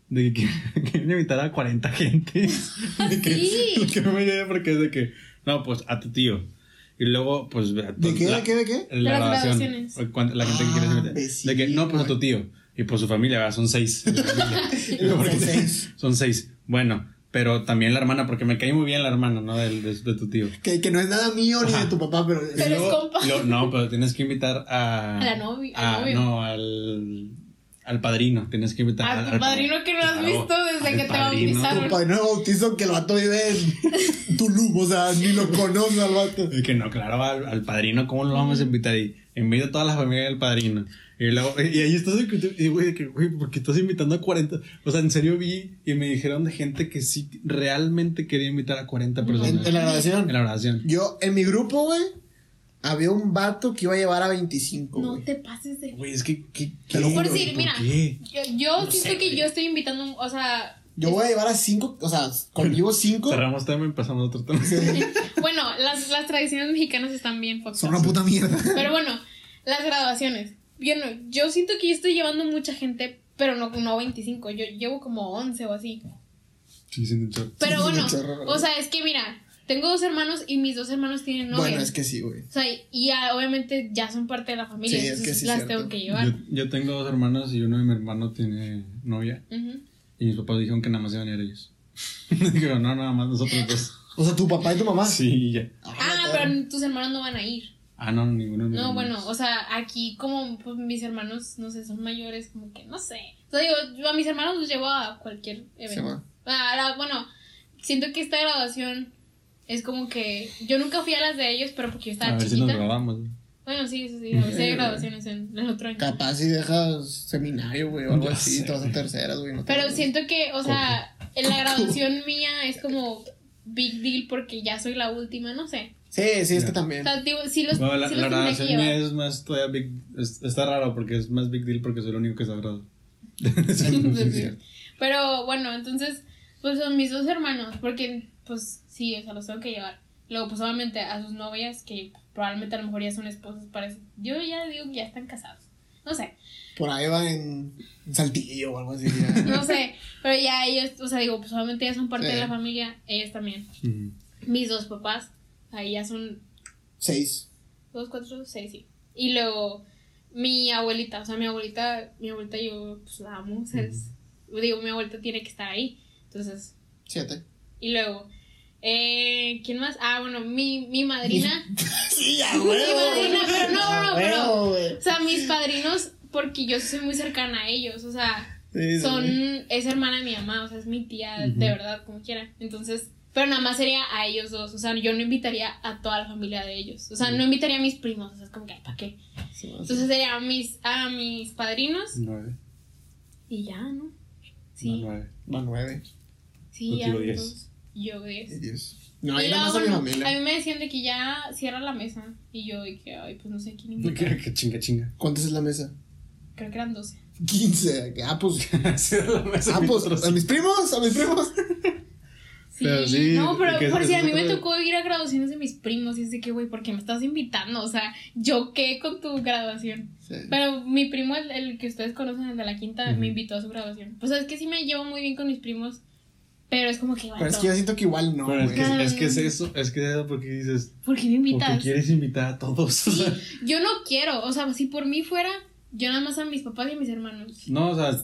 [SPEAKER 2] De que quieren- quieren invitar a 40 gentes. De que,
[SPEAKER 1] Sí.
[SPEAKER 2] lo que no me llega porque es de que, no, pues a tu tío. Y luego, pues. a tu-
[SPEAKER 3] ¿De qué?
[SPEAKER 2] la-
[SPEAKER 3] ¿De qué? ¿De qué?
[SPEAKER 2] La
[SPEAKER 1] Las
[SPEAKER 2] graduación.
[SPEAKER 1] graduaciones.
[SPEAKER 2] O cuan- La gente que
[SPEAKER 3] Ah,
[SPEAKER 2] quieres invitar. De que, no, pues a tu tío. Y por su familia, ¿verdad? son seis. Y luego,
[SPEAKER 3] Son
[SPEAKER 2] porque-
[SPEAKER 3] seis.
[SPEAKER 2] Son seis. Bueno, pero también la hermana, porque me cae muy bien la hermana, ¿no? Del- de- de tu tío.
[SPEAKER 3] Que, que no es nada mío ni de tu papá, pero.
[SPEAKER 1] Pero es compa.
[SPEAKER 2] lo- no, pero tienes que invitar a.
[SPEAKER 1] A la novia-
[SPEAKER 2] a-
[SPEAKER 1] al novio.
[SPEAKER 2] No, al. Al padrino. Tienes que invitar
[SPEAKER 1] A tu
[SPEAKER 2] al-
[SPEAKER 1] padrino que no has visto desde
[SPEAKER 2] al
[SPEAKER 1] que te
[SPEAKER 2] padrino.
[SPEAKER 1] bautizaron.
[SPEAKER 3] Tu padrino de bautizo que el vato vive en Tulum, o sea, ni lo conoce al vato.
[SPEAKER 2] Y Que no, claro, al, al padrino, ¿cómo lo vamos a invitar ahí? Invita a toda la familia del padrino. Y luego, y ahí estás, de que- y güey, de que, güey, ¿por qué estás invitando a 40? O sea, en serio vi y me dijeron de gente que sí realmente quería invitar a 40
[SPEAKER 3] En,
[SPEAKER 2] personas
[SPEAKER 3] en la
[SPEAKER 2] en
[SPEAKER 3] grabación.
[SPEAKER 2] la oración.
[SPEAKER 3] Yo, en mi grupo, güey, había un vato que iba a llevar a 25.
[SPEAKER 1] No
[SPEAKER 3] güey.
[SPEAKER 1] te pases de.
[SPEAKER 2] Güey, es que, que,
[SPEAKER 3] Te lo
[SPEAKER 2] que-
[SPEAKER 1] Por
[SPEAKER 3] juro,
[SPEAKER 1] decir,
[SPEAKER 2] ¿por
[SPEAKER 1] mira,
[SPEAKER 2] qué?
[SPEAKER 1] yo, yo
[SPEAKER 2] No
[SPEAKER 1] siento
[SPEAKER 2] sé,
[SPEAKER 1] que
[SPEAKER 2] güey.
[SPEAKER 1] yo estoy invitando, un- o sea.
[SPEAKER 3] Yo voy a llevar a 5, o sea, conmigo 5.
[SPEAKER 2] Cerramos tema y pasamos a otro tema.
[SPEAKER 1] Bueno, las, las tradiciones mexicanas están bien, fucked
[SPEAKER 3] Son
[SPEAKER 1] up.
[SPEAKER 3] una puta mierda.
[SPEAKER 1] Pero bueno, las graduaciones. Yo, no, yo siento que yo estoy llevando mucha gente, pero no, no 25. Yo llevo como 11 o así.
[SPEAKER 2] Sí, sí, sí.
[SPEAKER 1] Pero
[SPEAKER 3] Sí,
[SPEAKER 1] bueno,
[SPEAKER 3] mucho error,
[SPEAKER 1] o sea, es que mira, tengo dos hermanos y mis dos hermanos tienen novias.
[SPEAKER 3] Bueno, es que sí, güey.
[SPEAKER 1] O sea, y ya, obviamente ya son parte de la familia,
[SPEAKER 3] Sí, es
[SPEAKER 1] entonces
[SPEAKER 3] que sí,
[SPEAKER 1] las
[SPEAKER 3] cierto.
[SPEAKER 1] tengo que llevar.
[SPEAKER 2] Yo, yo tengo dos hermanos y uno de mi hermano tiene novia.
[SPEAKER 1] Ujú.
[SPEAKER 2] Y mis papás dijeron que nada más iban a ir ellos. Digo, no, nada más nosotros dos.
[SPEAKER 3] O sea, tu papá y tu mamá.
[SPEAKER 2] Sí, y ya.
[SPEAKER 1] Ah, pero tus hermanos no van a ir.
[SPEAKER 2] Ah, no, ninguno de mis
[SPEAKER 1] No,
[SPEAKER 2] hermanos.
[SPEAKER 1] bueno, o sea, aquí como pues, mis hermanos, no sé, son mayores, como que no sé. O sea, digo, yo a mis hermanos los llevo a cualquier
[SPEAKER 3] Se
[SPEAKER 1] evento.
[SPEAKER 3] va.
[SPEAKER 1] Ah, la- bueno, siento que esta graduación es como que yo nunca fui a las de ellos, pero porque yo
[SPEAKER 2] A
[SPEAKER 1] estaba
[SPEAKER 2] ver si
[SPEAKER 1] chiquita.
[SPEAKER 2] nos grabamos.
[SPEAKER 1] bueno, sí, sí, sí, a veces hay graduaciones en el otro año.
[SPEAKER 3] Capaz si dejas seminario, güey, o algo
[SPEAKER 2] Ya
[SPEAKER 3] así,
[SPEAKER 2] sé,
[SPEAKER 3] te vas a
[SPEAKER 2] güey.
[SPEAKER 3] terceras, güey. no te
[SPEAKER 1] Pero
[SPEAKER 3] vas.
[SPEAKER 1] siento que, o sea, en la graduación mía es como big deal porque ya soy la última, no sé.
[SPEAKER 3] Sí, sí, es
[SPEAKER 2] Ya.
[SPEAKER 3] que
[SPEAKER 1] O
[SPEAKER 3] también.
[SPEAKER 1] sea, digo, sí los,
[SPEAKER 2] Bueno, la,
[SPEAKER 1] Pues, sí
[SPEAKER 2] la
[SPEAKER 1] los tendría que
[SPEAKER 2] grabación
[SPEAKER 1] llevar.
[SPEAKER 2] mía es más todavía big. es- está raro porque es más big deal porque soy el único que se ha graduado.
[SPEAKER 1] Sí, sí. Pero bueno, entonces, pues son mis dos hermanos, porque pues sí, o sea, los tengo que llevar. Luego, pues obviamente a sus novias, que probablemente a lo mejor ya son esposas, parece. Yo ya digo que ya están casados. No sé,
[SPEAKER 3] Por ahí va en, en Saltillo o algo así. ya.
[SPEAKER 1] no sé. Pero ya ellos, o sea, digo, pues obviamente ya son parte
[SPEAKER 3] Sí.
[SPEAKER 1] de la familia, ellas también.
[SPEAKER 3] Mm.
[SPEAKER 2] Ujú.
[SPEAKER 1] Mis dos papás, ahí ya son
[SPEAKER 3] Seis.
[SPEAKER 1] dos, cuatro, seis, sí. Y luego mi abuelita, o sea, mi abuelita, mi abuelita yo pues la amo, o sea, es- digo, mi abuelita tiene que estar ahí. Entonces,
[SPEAKER 3] Siete.
[SPEAKER 1] y luego, eh, ¿quién más? Ah, bueno, mi, mi madrina.
[SPEAKER 3] Sí, a
[SPEAKER 1] madrina, pero no,
[SPEAKER 3] A
[SPEAKER 1] no, pero-
[SPEAKER 3] huevo, güey.
[SPEAKER 1] o sea, mis padrinos, porque yo soy muy cercana a ellos, o sea,
[SPEAKER 3] Sí, sí,
[SPEAKER 1] son,
[SPEAKER 3] güey.
[SPEAKER 1] es hermana de mi mamá, o sea, es mi tía,
[SPEAKER 2] Ujú.
[SPEAKER 1] de verdad, como quiera. Entonces, pero nada más sería a ellos dos, o sea, yo no invitaría a toda la familia de ellos, o sea, no invitaría a mis primos, o sea, es como que, ¿para qué?
[SPEAKER 3] Sí,
[SPEAKER 1] Entonces sería a mis, a mis padrinos
[SPEAKER 2] Nueve.
[SPEAKER 1] y ya, ¿no? Sí,
[SPEAKER 2] No, nueve.
[SPEAKER 3] Va nueve.
[SPEAKER 1] sí,
[SPEAKER 2] Contigo
[SPEAKER 1] ya.
[SPEAKER 2] diez.
[SPEAKER 1] entonces, Yo diez.
[SPEAKER 3] Y diez. No,
[SPEAKER 1] Y
[SPEAKER 3] ahí nada más a
[SPEAKER 1] luego,
[SPEAKER 3] mi
[SPEAKER 1] bueno, a
[SPEAKER 3] familia.
[SPEAKER 1] mí me decían de que ya cierra la mesa. Y yo de que, ay, pues no sé quién
[SPEAKER 2] No
[SPEAKER 1] invita.
[SPEAKER 2] quiero que chinga chinga.
[SPEAKER 3] ¿Cuántos es la mesa?
[SPEAKER 1] Creo que eran 12.
[SPEAKER 3] Quince. Ah, pues.
[SPEAKER 2] Cierra la mesa.
[SPEAKER 3] Ah, pues.
[SPEAKER 2] mientras-
[SPEAKER 3] A mis primos, a mis primos.
[SPEAKER 1] Sí,
[SPEAKER 2] Pero sí,
[SPEAKER 1] no, pero
[SPEAKER 2] que es-
[SPEAKER 1] por si
[SPEAKER 2] es
[SPEAKER 1] a mí me
[SPEAKER 2] otro-
[SPEAKER 1] tocó ir a graduaciones de mis primos. Y es de que, güey, ¿por qué me estás invitando? O sea, yo qué con tu graduación.
[SPEAKER 3] Sí.
[SPEAKER 1] Pero mi primo, el, el que ustedes conocen, el de la quinta,
[SPEAKER 2] Ujú.
[SPEAKER 1] me invitó a su graduación. Pues es que sí me llevo muy bien con mis primos. Pero es como que,
[SPEAKER 3] Pero es
[SPEAKER 1] vato,
[SPEAKER 3] que yo siento que igual no,
[SPEAKER 2] Pero es
[SPEAKER 3] güey.
[SPEAKER 2] que, es que es eso, es que es eso porque dices,
[SPEAKER 1] ¿por qué me
[SPEAKER 2] porque
[SPEAKER 1] invitas?
[SPEAKER 2] quieres invitar a todos. o
[SPEAKER 1] Sí,
[SPEAKER 2] sea,
[SPEAKER 1] yo no quiero. O sea, si por mí fuera, yo nada más a mis papás y a mis hermanos.
[SPEAKER 2] No, o sea,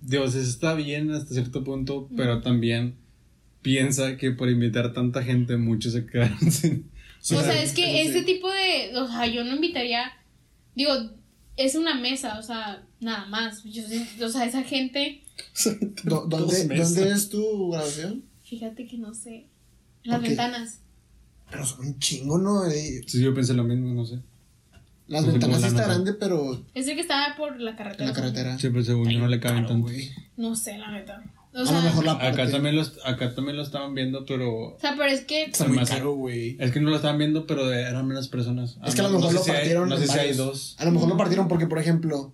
[SPEAKER 2] Dios está bien hasta cierto punto, pero también piensa que por invitar tanta gente muchos se quedaron sin.
[SPEAKER 3] Sí,
[SPEAKER 1] o sea,
[SPEAKER 3] sí,
[SPEAKER 1] es que
[SPEAKER 3] eso sí.
[SPEAKER 1] este tipo de. O sea, yo no invitaría. Digo, es una mesa, o sea, nada más. Yo, sí- o sea, esa gente.
[SPEAKER 3] Do-
[SPEAKER 2] Dos
[SPEAKER 3] ¿Dónde,
[SPEAKER 2] mesas.
[SPEAKER 3] ¿Dónde es tu graduación?
[SPEAKER 1] Fíjate que no sé. Las
[SPEAKER 3] ¿Por qué?
[SPEAKER 1] ventanas.
[SPEAKER 3] Pero son un chingo, ¿no? Y
[SPEAKER 2] Sí, yo pensé lo mismo, no sé.
[SPEAKER 3] las
[SPEAKER 2] Pues
[SPEAKER 3] ventanas sí
[SPEAKER 2] igual,
[SPEAKER 3] está
[SPEAKER 2] ¿no?
[SPEAKER 3] grande, pero
[SPEAKER 1] Es el que estaba por la carretera.
[SPEAKER 3] en la carretera.
[SPEAKER 2] Siempre según yo no le caben
[SPEAKER 3] Claro,
[SPEAKER 2] tanto.
[SPEAKER 3] güey.
[SPEAKER 1] No sé, la neta. O
[SPEAKER 3] A
[SPEAKER 1] sea,
[SPEAKER 3] lo mejor la
[SPEAKER 2] Acá
[SPEAKER 3] parte.
[SPEAKER 2] también, los, acá también lo estaban viendo, pero.
[SPEAKER 1] o sea, pero es que.
[SPEAKER 3] Está muy
[SPEAKER 2] Además,
[SPEAKER 3] caro, güey.
[SPEAKER 2] Es que no lo estaban viendo, pero eran menos personas.
[SPEAKER 3] Es que a lo
[SPEAKER 2] Ah, No
[SPEAKER 3] mejor
[SPEAKER 2] sé
[SPEAKER 3] lo
[SPEAKER 2] si hay-
[SPEAKER 3] partieron.
[SPEAKER 2] No sé
[SPEAKER 3] en
[SPEAKER 2] si hay
[SPEAKER 3] varios.
[SPEAKER 2] dos.
[SPEAKER 3] A lo mejor lo partieron porque, por ejemplo,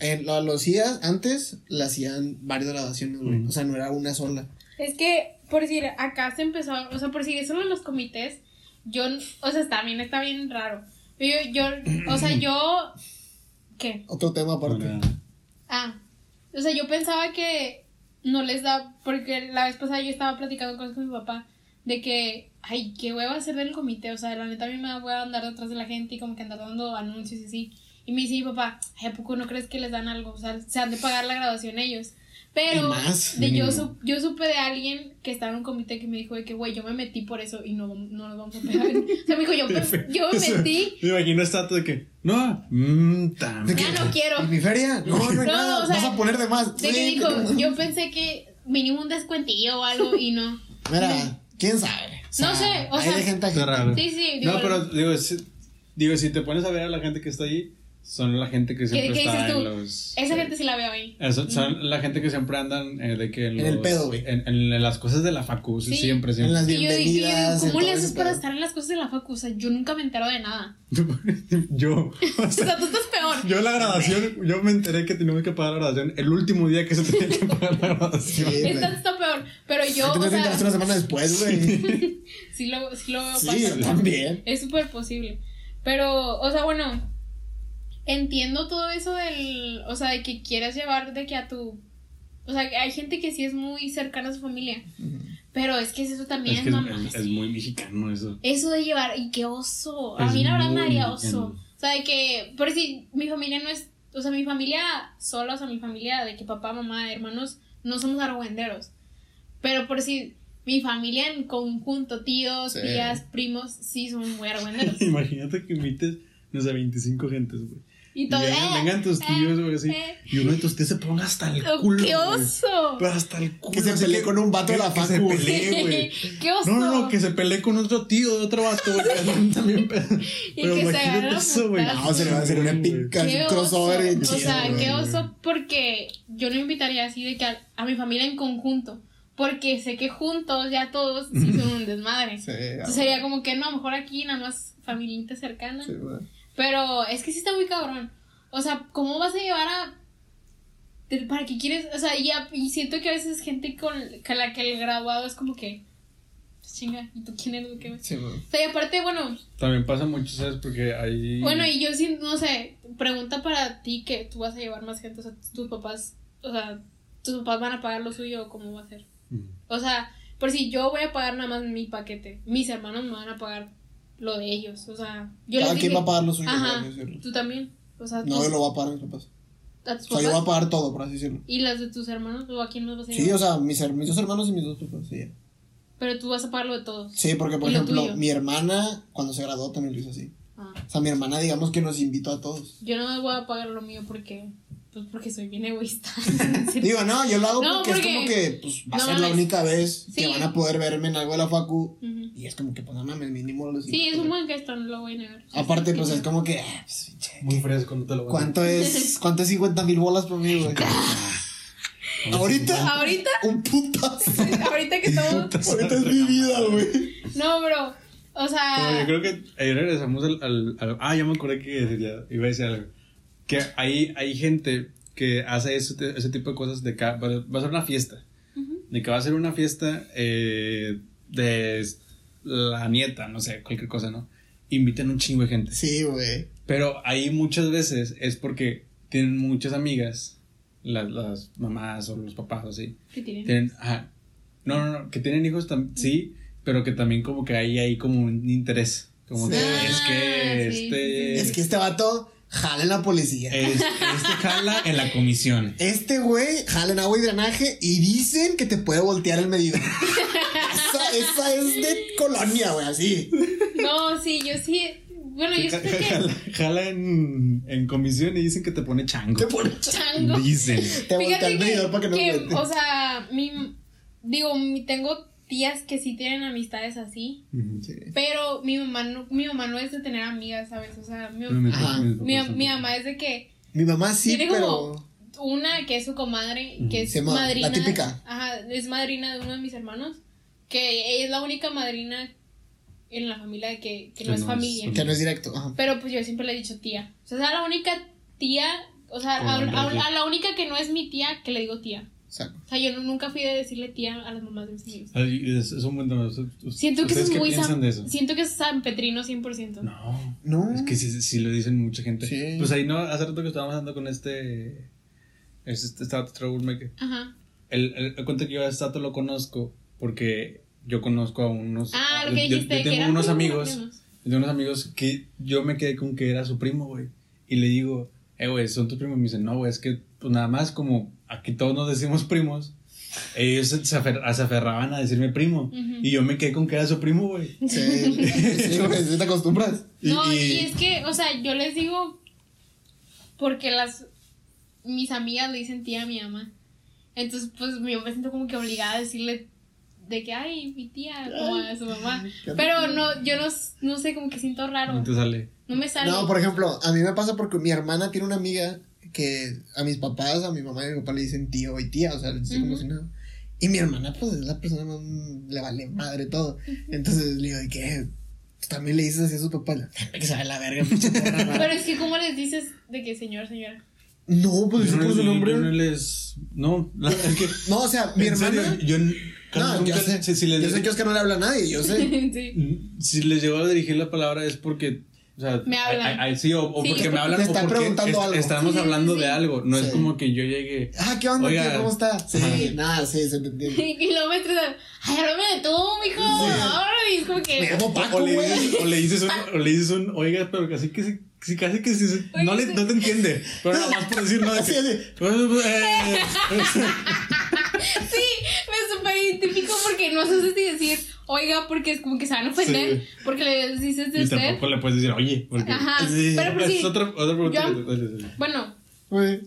[SPEAKER 3] en lo- los días antes la hacían varias graduaciones, güey.
[SPEAKER 2] Ujú.
[SPEAKER 3] O sea, no era una sola.
[SPEAKER 1] Es que, por decir, acá se empezó, o sea, por decir, eso de los comités, yo, o sea, también está bien raro. Yo, yo, o sea, yo, ¿qué?
[SPEAKER 3] Otro tema aparte.
[SPEAKER 2] Una-
[SPEAKER 1] Ah, o sea, yo pensaba que no les da, porque la vez pasada yo estaba platicando cosas con mi papá, de que, ay, qué hueva hacer del comité, o sea, la neta a mí me da hueva andar detrás de la gente y como que andar dando anuncios y así. Y me dice mi papá, ay, ¿a poco no crees que les dan algo? O sea, se han de pagar la graduación ellos.
[SPEAKER 3] Y
[SPEAKER 1] Pero
[SPEAKER 3] más.
[SPEAKER 1] de yo,
[SPEAKER 2] Mm.
[SPEAKER 1] su- yo supe de alguien que estaba en un comité que me dijo de que, güey, yo me metí por eso y no, no nos vamos a pegar. o sea, me dijo, yo, pe- yo me metí,
[SPEAKER 2] Me imagino esta de que. No, mmm,
[SPEAKER 3] ¿De
[SPEAKER 1] ya
[SPEAKER 3] qué?
[SPEAKER 1] no quiero.
[SPEAKER 3] ¿Y mi feria? No, no hay
[SPEAKER 1] No,
[SPEAKER 3] nada.
[SPEAKER 1] o sea,
[SPEAKER 3] Vas a poner de más.
[SPEAKER 1] De que
[SPEAKER 3] Sí,
[SPEAKER 1] dijo,
[SPEAKER 3] pero-
[SPEAKER 1] yo pensé que mínimo un descuentillo o algo y no.
[SPEAKER 3] Mira, quién sabe.
[SPEAKER 1] No sé, o
[SPEAKER 3] hay
[SPEAKER 1] sea,
[SPEAKER 3] de gente a
[SPEAKER 2] Está
[SPEAKER 3] gente.
[SPEAKER 2] raro.
[SPEAKER 1] Sí, sí, digo,
[SPEAKER 2] No, pero digo si, digo, si te pones a ver a la gente que está ahí, son la gente que siempre
[SPEAKER 1] qué
[SPEAKER 2] está
[SPEAKER 1] dices
[SPEAKER 2] en
[SPEAKER 1] tú?
[SPEAKER 2] los.
[SPEAKER 1] esa gente sí la veo ahí.
[SPEAKER 2] eh, son, son la gente que siempre andan eh, de que en,
[SPEAKER 3] En el
[SPEAKER 2] los-
[SPEAKER 3] pedo, güey.
[SPEAKER 2] En, en las cosas de la facu, sí,
[SPEAKER 1] Sí.
[SPEAKER 2] siempre,
[SPEAKER 3] En
[SPEAKER 2] siempre.
[SPEAKER 3] las
[SPEAKER 1] Y yo dije, yo digo,
[SPEAKER 3] bienvenidas. en
[SPEAKER 1] ¿cómo
[SPEAKER 3] todo
[SPEAKER 1] le haces
[SPEAKER 3] ese
[SPEAKER 1] para
[SPEAKER 3] pedo.
[SPEAKER 1] estar en las cosas de la facu? O sea, yo nunca me entero de nada.
[SPEAKER 2] yo, o
[SPEAKER 1] O sea,
[SPEAKER 2] sea,
[SPEAKER 1] tú estás peor.
[SPEAKER 2] yo la graduación, yo me enteré que teníamos que pagar la graduación el último día que se tenía que pagar la graduación.
[SPEAKER 3] Sí, güey.
[SPEAKER 1] Estás está peor. Pero yo,
[SPEAKER 3] ¿Por qué
[SPEAKER 1] o
[SPEAKER 3] no te
[SPEAKER 1] sea,
[SPEAKER 3] enteraste una semana después, güey?
[SPEAKER 1] sí lo, sí lo veo
[SPEAKER 3] Sí,
[SPEAKER 1] pasar.
[SPEAKER 3] también.
[SPEAKER 1] Es súper posible. Pero, o sea, bueno, entiendo todo eso del, o sea, de que quieras llevar de que a tu... O sea, que hay gente que sí es muy cercana a su familia. Pero es que eso también
[SPEAKER 2] Es
[SPEAKER 1] es,
[SPEAKER 2] que es,
[SPEAKER 1] mamá.
[SPEAKER 2] es- es muy mexicano eso.
[SPEAKER 1] Eso de llevar, y qué oso. A
[SPEAKER 2] Es
[SPEAKER 1] mí la verdad me
[SPEAKER 2] muy
[SPEAKER 1] daría
[SPEAKER 2] mexicano.
[SPEAKER 1] oso. O sea, de que, por si mi familia no es, o sea, mi familia sola, o sea, mi familia de que papá, mamá, hermanos, no somos argüenderos. Pero por si mi familia en conjunto, tíos,
[SPEAKER 3] Sí.
[SPEAKER 1] tías, primos, sí son muy argüenderos.
[SPEAKER 2] Imagínate que invites, no sé, 25 gentes, güey.
[SPEAKER 1] Y
[SPEAKER 2] Y
[SPEAKER 1] todo,
[SPEAKER 2] vengan,
[SPEAKER 1] ¡eh!
[SPEAKER 2] vengan tus tíos, güey, así.
[SPEAKER 1] eh.
[SPEAKER 2] Y uno de tus tíos se ponga hasta el
[SPEAKER 1] Oh,
[SPEAKER 2] culo.
[SPEAKER 1] ¡Qué
[SPEAKER 2] güey.
[SPEAKER 1] oso!
[SPEAKER 2] Pero hasta el culo.
[SPEAKER 3] se
[SPEAKER 2] así
[SPEAKER 3] pelee con un vato de la
[SPEAKER 2] que se
[SPEAKER 3] facu.
[SPEAKER 2] pelee, Pues, güey.
[SPEAKER 1] ¡Qué oso!
[SPEAKER 2] No, no, no, que se pelee con otro tío de otro vato, güey. que También pe-
[SPEAKER 1] Y
[SPEAKER 2] Pero
[SPEAKER 1] que se agarren
[SPEAKER 2] imagínate
[SPEAKER 1] a
[SPEAKER 2] eso, güey.
[SPEAKER 1] putazos.
[SPEAKER 3] No, se le va a hacer una
[SPEAKER 2] Güey.
[SPEAKER 3] pica,
[SPEAKER 1] Qué
[SPEAKER 3] un crossover
[SPEAKER 1] oso.
[SPEAKER 3] bien chido.
[SPEAKER 1] O sea,
[SPEAKER 3] güey.
[SPEAKER 1] qué
[SPEAKER 2] güey.
[SPEAKER 1] oso porque yo no invitaría así de que a, a mi familia en conjunto. Porque sé que juntos ya todos sí son un desmadre.
[SPEAKER 3] Sí,
[SPEAKER 1] Entonces sería como que no, mejor aquí nada más familita cercana.
[SPEAKER 3] ah, sí, güey.
[SPEAKER 1] Pero es que sí está muy cabrón. O sea, ¿cómo vas a llevar a. de- ¿Para qué quieres? O sea, y, a- y siento que a veces gente con, con la que el graduado es como que. pues, Chinga, ¿y tú quién eres? ¿Qué ves?
[SPEAKER 3] Sí, güey.
[SPEAKER 1] O sea, y aparte, bueno,
[SPEAKER 2] También pasa mucho, ¿sabes? Porque ahí.
[SPEAKER 1] bueno, y yo sí, no sé, pregunta para ti que tú vas a llevar más gente, o sea, tus papás, o sea, tus papás van a pagar lo suyo o cómo va a ser. O sea, por si yo voy a pagar nada más mi paquete, mis hermanos me van a pagar lo de ellos, o sea, yo
[SPEAKER 3] Cada
[SPEAKER 1] les
[SPEAKER 3] quien
[SPEAKER 1] dije,
[SPEAKER 3] va a pagar lo suyo.
[SPEAKER 1] Ajá.
[SPEAKER 3] güey, es cierto.
[SPEAKER 1] tú también, o sea,
[SPEAKER 3] No,
[SPEAKER 1] tú-
[SPEAKER 3] yo lo voy a pagar mis papás.
[SPEAKER 1] a tus
[SPEAKER 3] O sea, yo voy a
[SPEAKER 1] papás.
[SPEAKER 3] pagar todo, por así decirlo.
[SPEAKER 1] ¿Y las de tus hermanos? ¿O a quién más vas a
[SPEAKER 3] Sí,
[SPEAKER 1] ayudar?
[SPEAKER 3] o sea, mis, her- mis dos hermanos y mis dos papás, sí. ya.
[SPEAKER 1] Pero tú vas a pagar lo de todos.
[SPEAKER 3] Sí, porque por
[SPEAKER 1] ¿Y lo
[SPEAKER 3] ejemplo,
[SPEAKER 1] tuyo?
[SPEAKER 3] mi hermana cuando se graduó también lo hizo así.
[SPEAKER 1] Ah.
[SPEAKER 3] O sea, mi hermana digamos que nos invitó a todos.
[SPEAKER 1] Yo no me voy a pagar lo mío porque. Pues porque soy bien egoísta.
[SPEAKER 3] Digo, no, yo lo hago
[SPEAKER 1] No,
[SPEAKER 3] porque,
[SPEAKER 1] porque-
[SPEAKER 3] es como que pues, va a
[SPEAKER 1] no
[SPEAKER 3] ser la
[SPEAKER 1] mames.
[SPEAKER 3] única vez que
[SPEAKER 1] Sí.
[SPEAKER 3] van a poder verme en algo de la facu.
[SPEAKER 1] Ujú.
[SPEAKER 3] Y es como que, pues no mames, mínimo los
[SPEAKER 1] Sí, es
[SPEAKER 3] invito.
[SPEAKER 1] un buen gesto, no lo voy a negar.
[SPEAKER 3] Aparte, pues es como que, ah, pues, pinche,
[SPEAKER 4] Muy fresco, no te lo voy a
[SPEAKER 3] ¿cuánto es, cuánto es 50 mil bolas por mí, güey? Ahorita,
[SPEAKER 1] Ahorita,
[SPEAKER 3] un putazo.
[SPEAKER 1] ahorita que todo.
[SPEAKER 3] Ahorita es mi vida, güey.
[SPEAKER 1] No, bro. O
[SPEAKER 2] Pero yo
[SPEAKER 1] sea.
[SPEAKER 2] creo que ahí regresamos al, al- al- Ah, ya me acordé que decía, iba a decir algo. Que hay, hay gente que hace ese, te- ese tipo de cosas de que va, va a ser una fiesta. De que va a ser una fiesta eh, de s- la nieta, no sé, cualquier cosa, ¿no? Invitan un chingo de gente.
[SPEAKER 3] Sí, güey.
[SPEAKER 2] Pero ahí muchas veces es porque tienen muchas amigas, las, las mamás o los papás o así.
[SPEAKER 1] ¿Qué tienen?
[SPEAKER 2] Tienen, ajá. No, no, no, que tienen hijos, tam- sí, pero que también como que hay ahí como un interés. Como
[SPEAKER 3] Sí.
[SPEAKER 2] que
[SPEAKER 3] Ah,
[SPEAKER 2] es que
[SPEAKER 1] sí,
[SPEAKER 2] este...
[SPEAKER 1] sí,
[SPEAKER 3] Es que este vato jala en la policía.
[SPEAKER 2] es- este jala en la comisión.
[SPEAKER 3] Este güey jala en agua y drenaje y dicen que te puede voltear el medidor. esa, esa es de colonia, güey, así.
[SPEAKER 1] No, sí, yo sí. Bueno, yo siento que.
[SPEAKER 2] Este Jala, jala en, en comisión y dicen que te pone chango.
[SPEAKER 3] Te pone
[SPEAKER 1] Chango.
[SPEAKER 2] Dicen.
[SPEAKER 3] Te voltea el medidor para que no vuelte.
[SPEAKER 1] O sea, mi. Digo, mi- tengo tías que sí tienen amistades así.
[SPEAKER 2] Sí.
[SPEAKER 1] Pero mi mamá no, mi mamá no es de tener amigas, ¿sabes? O sea, mi,
[SPEAKER 2] No, mis-
[SPEAKER 3] Ajá.
[SPEAKER 2] mis papás
[SPEAKER 1] mi-
[SPEAKER 2] tampoco.
[SPEAKER 1] mi mamá es de que
[SPEAKER 3] Mi mamá sí,
[SPEAKER 1] Tiene
[SPEAKER 3] pero.
[SPEAKER 1] como- una que es su comadre, que es
[SPEAKER 3] Se llama la
[SPEAKER 1] madrina.
[SPEAKER 3] típica.
[SPEAKER 1] Ajá, es madrina de uno de mis hermanos. Que ella es la única madrina en la familia que, que no es familia.
[SPEAKER 3] Que no es directo. Ajá.
[SPEAKER 1] Pero pues yo siempre le he dicho tía. O sea, es a la única tía, o sea, a,
[SPEAKER 2] Como
[SPEAKER 1] a-
[SPEAKER 2] Andrea.
[SPEAKER 1] a la única que no es mi tía, que le digo tía.
[SPEAKER 3] Exacto.
[SPEAKER 1] O sea, yo no- nunca fui de decirle tía a las mamás de mis amigos.
[SPEAKER 2] Ay, Ah, es, es un buen tema. Ustedes-
[SPEAKER 1] Siento que eso
[SPEAKER 2] ¿ustedes
[SPEAKER 1] es
[SPEAKER 2] qué
[SPEAKER 1] muy
[SPEAKER 2] piensan
[SPEAKER 1] san,
[SPEAKER 2] de eso?
[SPEAKER 1] siento que es San Petrino 100%.
[SPEAKER 2] No.
[SPEAKER 3] No.
[SPEAKER 2] Es que sí, sí lo dicen mucha gente.
[SPEAKER 3] Sí.
[SPEAKER 2] Pues ahí no, hace rato que estábamos hablando con este. Este, este vato troublemaker.
[SPEAKER 1] Ajá.
[SPEAKER 2] El, el, el cuento que yo a este vato lo conozco porque yo conozco a unos.
[SPEAKER 1] Ah,
[SPEAKER 2] a-
[SPEAKER 1] lo que
[SPEAKER 2] yo,
[SPEAKER 1] dijiste
[SPEAKER 2] yo
[SPEAKER 1] que
[SPEAKER 2] tengo
[SPEAKER 1] eran
[SPEAKER 2] unos
[SPEAKER 1] primos,
[SPEAKER 2] amigos.
[SPEAKER 1] primos.
[SPEAKER 2] Yo tengo unos amigos que yo me quedé con que era su primo, güey. Y le digo, eh, güey, son tus primos. Y me dicen, no, güey, es que pues nada más como aquí todos nos decimos primos. Ellos se, se afer- se aferraban a decirme primo.
[SPEAKER 1] Ujú.
[SPEAKER 2] Y yo me quedé con que era su primo, güey.
[SPEAKER 3] Sí, sí, güey, sí te acostumbras.
[SPEAKER 1] No, y es que, o sea, yo les digo porque las mis amigas le dicen tía a mi mamá. Entonces, pues yo me siento como que obligada a decirle de que ay, mi tía como a su mamá. Pero no yo no, no sé como que siento raro.
[SPEAKER 2] No te sale.
[SPEAKER 1] No me sale.
[SPEAKER 3] No, por ejemplo, a mí me pasa porque mi hermana tiene una amiga que a mis papás, a mi mamá y a mi papá le dicen tío y tía, o sea, les dicen como
[SPEAKER 1] Ujú.
[SPEAKER 3] si nada. Y mi hermana, pues, es la persona más. le vale madre todo. Entonces le digo, ¿de qué? Tú También le dices así a sus papás, que se va de la verga, pinche perra, ¿no?".
[SPEAKER 1] Pero es que como les dices de que señor, señora.
[SPEAKER 3] No, pues
[SPEAKER 2] Yo
[SPEAKER 3] dice
[SPEAKER 2] no,
[SPEAKER 3] por su
[SPEAKER 2] yo-
[SPEAKER 3] nombre.
[SPEAKER 2] yo no les. No, la- es que.
[SPEAKER 3] No, o sea, mi
[SPEAKER 2] en serio,
[SPEAKER 3] hermana.
[SPEAKER 2] yo n- casi
[SPEAKER 3] No, yo
[SPEAKER 2] nunca-
[SPEAKER 3] sé.
[SPEAKER 2] Si, si les,
[SPEAKER 3] Yo sé que Oscar no le habla a nadie, yo sé.
[SPEAKER 1] Sí.
[SPEAKER 2] si les llego a dirigir la palabra es porque. O sea,
[SPEAKER 1] Me hablan.
[SPEAKER 2] ay, ay, sí, o, o
[SPEAKER 1] Sí.
[SPEAKER 2] porque
[SPEAKER 1] Te
[SPEAKER 2] me hablan.
[SPEAKER 3] están
[SPEAKER 2] o porque
[SPEAKER 3] preguntando algo.
[SPEAKER 2] Estamos
[SPEAKER 1] Sí, sí,
[SPEAKER 2] hablando
[SPEAKER 1] sí.
[SPEAKER 2] de algo. No es
[SPEAKER 3] Sí.
[SPEAKER 2] como que yo llegue.
[SPEAKER 3] Ah, ¿qué onda,
[SPEAKER 2] Oiga.
[SPEAKER 3] tío? ¿Cómo está? Sí,
[SPEAKER 2] Ajá.
[SPEAKER 3] nada, sí, se te entiende.
[SPEAKER 1] Y kilómetros. Ay, háblame de tú, mijo. Ahora y es como
[SPEAKER 3] Me
[SPEAKER 1] que.
[SPEAKER 3] llamo Paco,
[SPEAKER 2] o, le
[SPEAKER 3] güey.
[SPEAKER 2] dices, o le dices un, o le dices un, oiga, pero casi que sí- sí, casi que sí, sí, no, le, no te entiende. Pero nada más por decir, no, de
[SPEAKER 3] Así,
[SPEAKER 2] que-
[SPEAKER 3] así.
[SPEAKER 2] Eh,
[SPEAKER 1] Sí, me super identifico porque no sé si decir, oiga, porque es como que se van a ofender.
[SPEAKER 2] Sí.
[SPEAKER 1] Porque les dices de
[SPEAKER 2] Y
[SPEAKER 1] usted.
[SPEAKER 2] tampoco le puedes decir, oye, porque
[SPEAKER 1] Ajá,
[SPEAKER 2] Sí,
[SPEAKER 1] pero pues
[SPEAKER 2] es
[SPEAKER 1] sí.
[SPEAKER 2] otra, otra pregunta.
[SPEAKER 1] Yo-
[SPEAKER 2] que te- dale, dale.
[SPEAKER 1] Bueno,
[SPEAKER 3] Güey.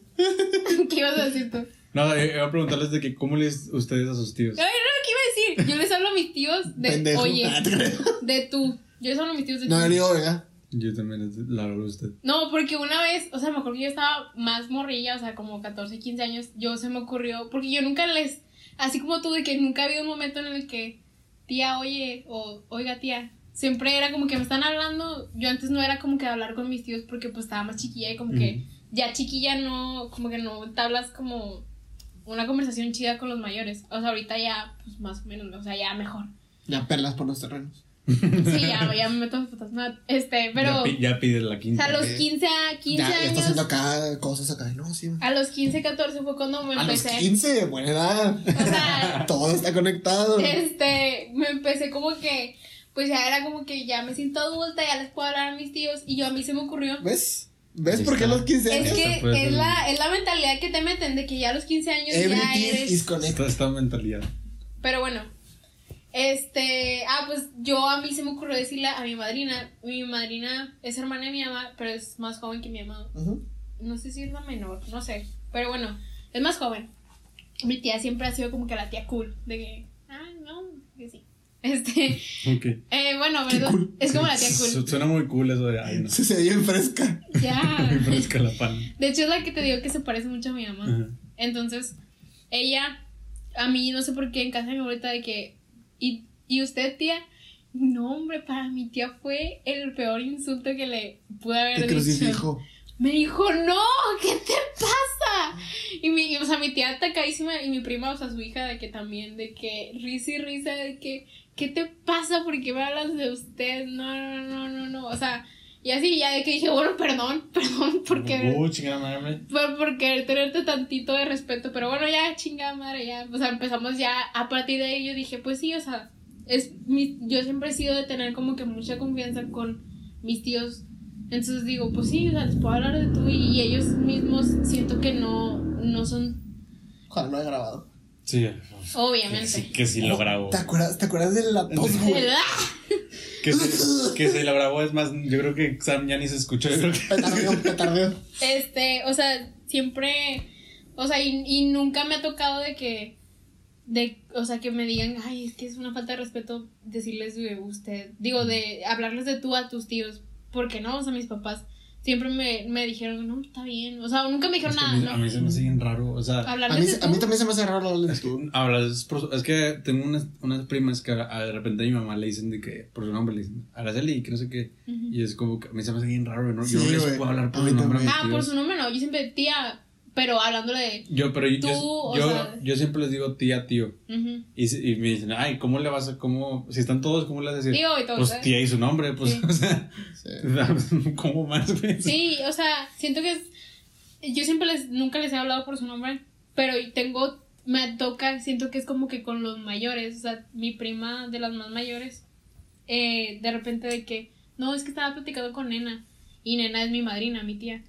[SPEAKER 1] ¿qué ibas a decir tú? Ay,
[SPEAKER 2] No, eh, iba a preguntarles de que cómo les ustedes a sus tíos.
[SPEAKER 1] no, ¿qué iba a decir? Yo les hablo a mis tíos de
[SPEAKER 3] Pendejo.
[SPEAKER 1] oye,
[SPEAKER 3] Ah, te creo.
[SPEAKER 1] de tú. Yo les hablo a mis tíos de
[SPEAKER 3] No, yo
[SPEAKER 1] tú.
[SPEAKER 3] le digo, ¿verdad?
[SPEAKER 2] Yo también les- la hablo a usted.
[SPEAKER 1] No, porque una vez, o sea, me acuerdo que yo estaba más morrilla, o sea, como 14, 15 años, yo se me ocurrió, porque yo nunca les, así como tú, de que nunca había un momento en el que, tía, oye, o oiga, tía, siempre era como que me están hablando, yo antes no era como que hablar con mis tíos porque pues estaba más chiquilla y como que ya chiquilla no, como que no tablas como una conversación chida con los mayores, o sea, ahorita ya, pues más o menos, o sea, ya mejor.
[SPEAKER 3] Ya perlas por los terrenos.
[SPEAKER 1] Sí, ya, ya me meto en fotos, no, este,
[SPEAKER 2] ya,
[SPEAKER 1] pero...
[SPEAKER 2] pi- ya pides la
[SPEAKER 1] O
[SPEAKER 2] quinta.
[SPEAKER 1] sea, los 15, a- 15
[SPEAKER 3] Ya, ya está
[SPEAKER 1] años.
[SPEAKER 3] haciendo acá cosas acá. No, sí, güey.
[SPEAKER 1] A los 15, 14 fue cuando me
[SPEAKER 3] A los
[SPEAKER 1] pues empecé.
[SPEAKER 3] 15, buena edad.
[SPEAKER 1] O sea,
[SPEAKER 3] Todo está conectado.
[SPEAKER 1] este, me empecé como que, pues ya era como que ya me siento adulta, ya les puedo hablar a mis tíos. Y yo a mí se me ocurrió
[SPEAKER 3] ¿Ves? ¿Ves
[SPEAKER 2] Ahí
[SPEAKER 3] por qué
[SPEAKER 2] está.
[SPEAKER 3] los 15 años?
[SPEAKER 1] Es que
[SPEAKER 2] pues,
[SPEAKER 1] es la, es la mentalidad que te meten de que ya a los 15 años
[SPEAKER 3] Every
[SPEAKER 1] ya
[SPEAKER 3] kid
[SPEAKER 1] eres.
[SPEAKER 3] is connected.
[SPEAKER 2] Esta, esta mentalidad.
[SPEAKER 1] Pero bueno, este. Ah, pues yo a mí se me ocurrió decirle a mi madrina. Mi madrina es hermana de mi mamá, pero es más joven que mi mamá.
[SPEAKER 3] Ujú.
[SPEAKER 1] No sé si es la menor, no sé. Pero bueno, es más joven. Mi tía siempre ha sido como que la tía cool. De que, ah, no, que sí. Este,
[SPEAKER 2] Ok.
[SPEAKER 1] eh, bueno, ¿verdad?
[SPEAKER 3] cool.
[SPEAKER 1] es como la tía cool.
[SPEAKER 2] Su- Suena muy cool eso de. Ay, no.
[SPEAKER 3] Se se ve bien fresca.
[SPEAKER 1] Ya.
[SPEAKER 2] Muy fresca la pan.
[SPEAKER 1] De hecho, es la que te digo que se parece mucho a mi mamá.
[SPEAKER 2] Ajá.
[SPEAKER 1] Entonces, ella, a mí no sé por qué en casa de mi abuelita de que, ¿y, y usted tía? No, hombre, para mi tía fue el peor insulto que le pude haber
[SPEAKER 3] Te
[SPEAKER 1] dicho.
[SPEAKER 3] crucifijo.
[SPEAKER 1] Me dijo, no, ¿qué te pasa? Y mi, y, o sea, mi tía atacadísima y mi prima, o sea, su hija de que también, de que risa y risa, de que, ¿qué te pasa? ¿Por qué me hablas de usted? No, no, no, no, no, o sea, y así, ya de que dije, bueno, perdón, perdón, porque...
[SPEAKER 2] Uh, chingada madre.
[SPEAKER 1] Por, por querer tenerte tantito de respeto, pero bueno, ya chingada madre, ya, o sea, empezamos ya, a partir de ahí yo dije, pues sí, o sea, es mi, yo siempre he sido de tener como que mucha confianza con mis tíos, entonces digo, pues sí, o sea, les puedo hablar de tú y, y ellos mismos siento que no, no son,
[SPEAKER 3] Ojalá lo haya grabado.
[SPEAKER 2] Sí. Que sí,
[SPEAKER 1] obviamente.
[SPEAKER 2] que sí lo grabó.
[SPEAKER 3] ¿Te acuerdas, ¿Te acuerdas de la tos, güey?
[SPEAKER 2] Que sí, que sí lo grabó. Es más, yo creo que Sam ya ni se escuchó. Yo creo que-
[SPEAKER 3] Petardeo, petardeo.
[SPEAKER 1] Este, o sea, siempre, o sea, y, y nunca me ha tocado de que, de, o sea, que me digan, ay, es que es una falta de respeto decirles de usted, digo, de hablarles de tú a tus tíos, porque no, o sea, mis papás siempre me, me dijeron, no, está bien, o sea, nunca me dijeron
[SPEAKER 2] Es que a
[SPEAKER 1] nada,
[SPEAKER 2] mí- A
[SPEAKER 1] no,
[SPEAKER 2] mí se me hace bien raro. O sea,
[SPEAKER 3] A mí,
[SPEAKER 1] hablarles de
[SPEAKER 3] a
[SPEAKER 1] tú,
[SPEAKER 3] mí también se me hace raro hablar de tú.
[SPEAKER 2] Ahora, es, por- es que tengo unas, unas primas que a- a- de repente a mi mamá le dicen de que, por su nombre, le dicen Araceli y que no sé qué.
[SPEAKER 1] Ujú.
[SPEAKER 2] Y es como que a mí se me hace bien raro, ¿no?
[SPEAKER 3] Sí,
[SPEAKER 2] yo no les
[SPEAKER 3] güey.
[SPEAKER 2] puedo hablar
[SPEAKER 3] A
[SPEAKER 2] por
[SPEAKER 3] mí
[SPEAKER 2] su nombre. a mis
[SPEAKER 1] ah, por
[SPEAKER 2] tíos.
[SPEAKER 1] su nombre no, yo siempre, tía, pero hablándole de,
[SPEAKER 2] Yo, pero yo,
[SPEAKER 1] Tú,
[SPEAKER 2] yo,
[SPEAKER 1] o
[SPEAKER 2] yo-
[SPEAKER 1] sea-
[SPEAKER 2] yo siempre les digo tía, tío.
[SPEAKER 1] ujú.
[SPEAKER 2] Y, se- y me dicen, ay, ¿cómo le vas a, cómo, si están todos, ¿cómo le vas a decir?
[SPEAKER 1] Tío y todo,
[SPEAKER 2] Pues
[SPEAKER 1] ¿sabes?
[SPEAKER 2] tía y su nombre, pues,
[SPEAKER 1] Sí.
[SPEAKER 2] o sea,
[SPEAKER 3] Sí.
[SPEAKER 2] ¿cómo más? güey?
[SPEAKER 1] Sí, o sea, siento que es, yo siempre les, nunca les he hablado por su nombre, pero tengo, me toca, siento que es como que con los mayores, o sea, mi prima de las más mayores, eh, de repente de que, no, es que estaba platicando con Nena, y Nena es mi madrina, mi tía,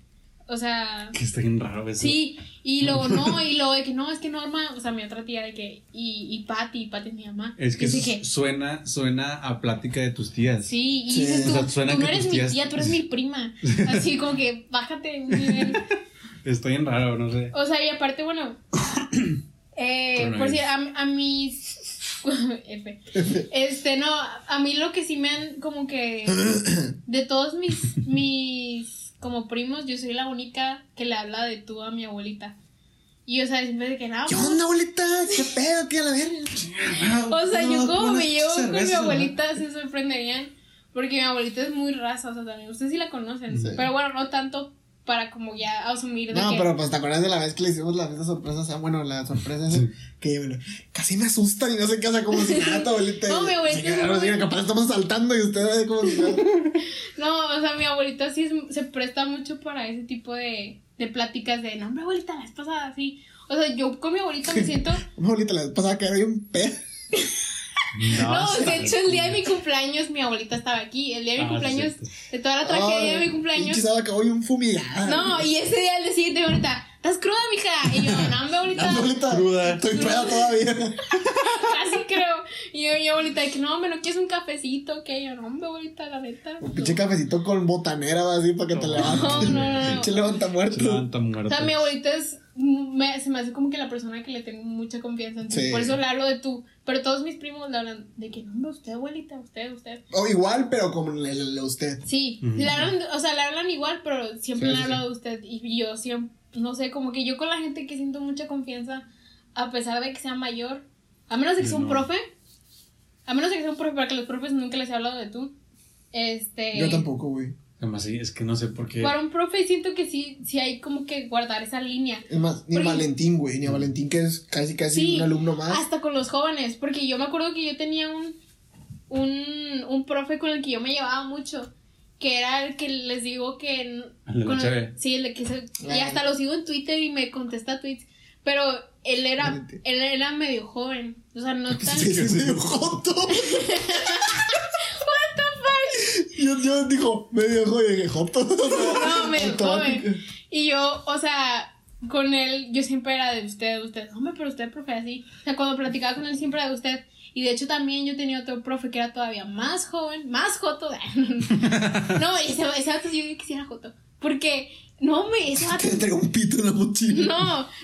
[SPEAKER 1] o sea,
[SPEAKER 2] Que está bien raro eso.
[SPEAKER 1] sí, y luego no, y luego de que no, es que Norma, o sea, mi otra tía de que, y, y Patty, Patty es mi mamá,
[SPEAKER 2] Es que
[SPEAKER 1] Y
[SPEAKER 2] eso
[SPEAKER 1] dije,
[SPEAKER 2] suena, suena a plática de tus tías.
[SPEAKER 1] Sí, y
[SPEAKER 3] Sí.
[SPEAKER 1] dices tú,
[SPEAKER 2] O sea, suena
[SPEAKER 1] tú no
[SPEAKER 2] que
[SPEAKER 1] eres
[SPEAKER 2] tus
[SPEAKER 1] mi
[SPEAKER 2] tías-
[SPEAKER 1] tía, tú eres mi prima. Así como que bájate un nivel.
[SPEAKER 2] Está bien raro, no sé.
[SPEAKER 1] O sea, y aparte, bueno. eh, por si a, a mis. F. Este, no, a mí lo que sí me han como que. De todos mis. mis como primos, yo soy la única que le habla de tú a mi abuelita. Y o sea, siempre de que nada.
[SPEAKER 3] ¿Qué onda, abuelita? ¿Qué pedo? ¿Qué a la verga?
[SPEAKER 1] O sea, yo como me llevo con mi
[SPEAKER 3] cervezas,
[SPEAKER 1] abuelita, se sorprenderían. Porque mi abuelita es muy raza, o sea, también. Ustedes sí la conocen.
[SPEAKER 3] Sí.
[SPEAKER 1] Pero bueno, no tanto para como ya asumir de
[SPEAKER 3] No,
[SPEAKER 1] que.
[SPEAKER 3] pero pues te acuerdas de la vez que le hicimos la fiesta sorpresa, o sea, bueno, la sorpresa esa, que bueno, casi me asustan y no sé qué hace como si nada, tu abuelita.
[SPEAKER 1] No, mi abuelita
[SPEAKER 3] Sí,
[SPEAKER 1] es
[SPEAKER 3] claro,
[SPEAKER 1] muy-
[SPEAKER 3] sí, capaz estamos saltando y ustedes como si nada.
[SPEAKER 1] No, o sea, mi abuelita sí es- se presta mucho para ese tipo de, de pláticas de, no, hombre, abuelita, la vez pasada, sí. O sea, yo con mi abuelita me siento...
[SPEAKER 3] Mi abuelita la pasaba que era un pedo. Ah,
[SPEAKER 1] No, de hecho, el día de
[SPEAKER 2] mi
[SPEAKER 1] mi cumpleaños, mi abuelita estaba aquí. El día de mi
[SPEAKER 2] Ah,
[SPEAKER 1] cumpleaños,
[SPEAKER 2] sí,
[SPEAKER 1] de toda la tragedia de mi
[SPEAKER 3] Y
[SPEAKER 1] cumpleaños.
[SPEAKER 3] quizá que hoy un fumigada.
[SPEAKER 1] No, y ese día, el día siguiente, mi abuelita, ¿estás cruda, mija? Y yo, no, hombre,
[SPEAKER 3] La
[SPEAKER 1] abuelita,
[SPEAKER 3] abuelita,
[SPEAKER 2] Cruda.
[SPEAKER 3] estoy peda todavía.
[SPEAKER 1] casi creo. Y yo, mi abuelita, de que no, hombre, ¿no quieres un cafecito? Que yo, no, hombre, abuelita, la neta.
[SPEAKER 3] Un pinche cafecito con botanera, va, así, para que te levantes.
[SPEAKER 1] No, no, no, no.
[SPEAKER 3] Pinche levanta
[SPEAKER 2] Se
[SPEAKER 3] muerto.
[SPEAKER 2] levanta muerto.
[SPEAKER 1] O sea, mi abuelita es, me- se me hace como que la persona que le tengo mucha confianza. Entonces,
[SPEAKER 3] Sí.
[SPEAKER 1] Por eso le hablo de tú. Pero todos mis primos le hablan de que, no, hombre, usted, abuelita, usted, usted.
[SPEAKER 3] O igual, pero como el, el- usted.
[SPEAKER 1] Sí,
[SPEAKER 2] Ujú.
[SPEAKER 1] le hablan, o sea, le hablan igual, pero siempre le
[SPEAKER 3] Sí, sí,
[SPEAKER 1] hablo de usted. Y yo siempre, no sé, como que yo con la gente que siento mucha confianza, a pesar de que sea mayor, a menos de que sea un
[SPEAKER 2] No.
[SPEAKER 1] profe, a menos de que sea un profe, porque a los profes nunca les he hablado de tú. Este,
[SPEAKER 3] Yo tampoco, güey.
[SPEAKER 2] Además, sí, es que no sé por qué.
[SPEAKER 1] Para un profe siento que sí, sí hay como que guardar esa línea.
[SPEAKER 3] Es más, ni
[SPEAKER 1] Por ejemplo-
[SPEAKER 3] Valentín, güey. Ni a Valentín, que es casi, casi
[SPEAKER 1] Sí,
[SPEAKER 3] un alumno más.
[SPEAKER 1] Hasta con los jóvenes, porque yo me acuerdo que yo tenía un, un, un profe con el que yo me llevaba mucho, que era el que les digo que... n-
[SPEAKER 2] El de la
[SPEAKER 1] con
[SPEAKER 2] cheve.
[SPEAKER 1] sí, el de que se- Y
[SPEAKER 3] Ay.
[SPEAKER 1] hasta lo sigo en Twitter y me contesta tweets, pero él era,
[SPEAKER 3] Valiente.
[SPEAKER 1] él era medio joven, o sea, no tan...
[SPEAKER 3] Sí, sí, sí, joto. Yo, yo dijo, me dejó y dije, Hopton.
[SPEAKER 1] No, me dijo,
[SPEAKER 3] Hopton.
[SPEAKER 1] "Hombre". Y yo, o sea, con él, yo siempre era de usted, usted. Hombre, pero usted, profe, así. O sea, cuando platicaba con él, siempre era de usted. Y de hecho, también yo tenía otro profe que era todavía más joven, más joto. No, ese, ese vato sí yo quisiera joto. Porque, no, hombre, ese vato
[SPEAKER 3] Te entregó un pito en la mochila.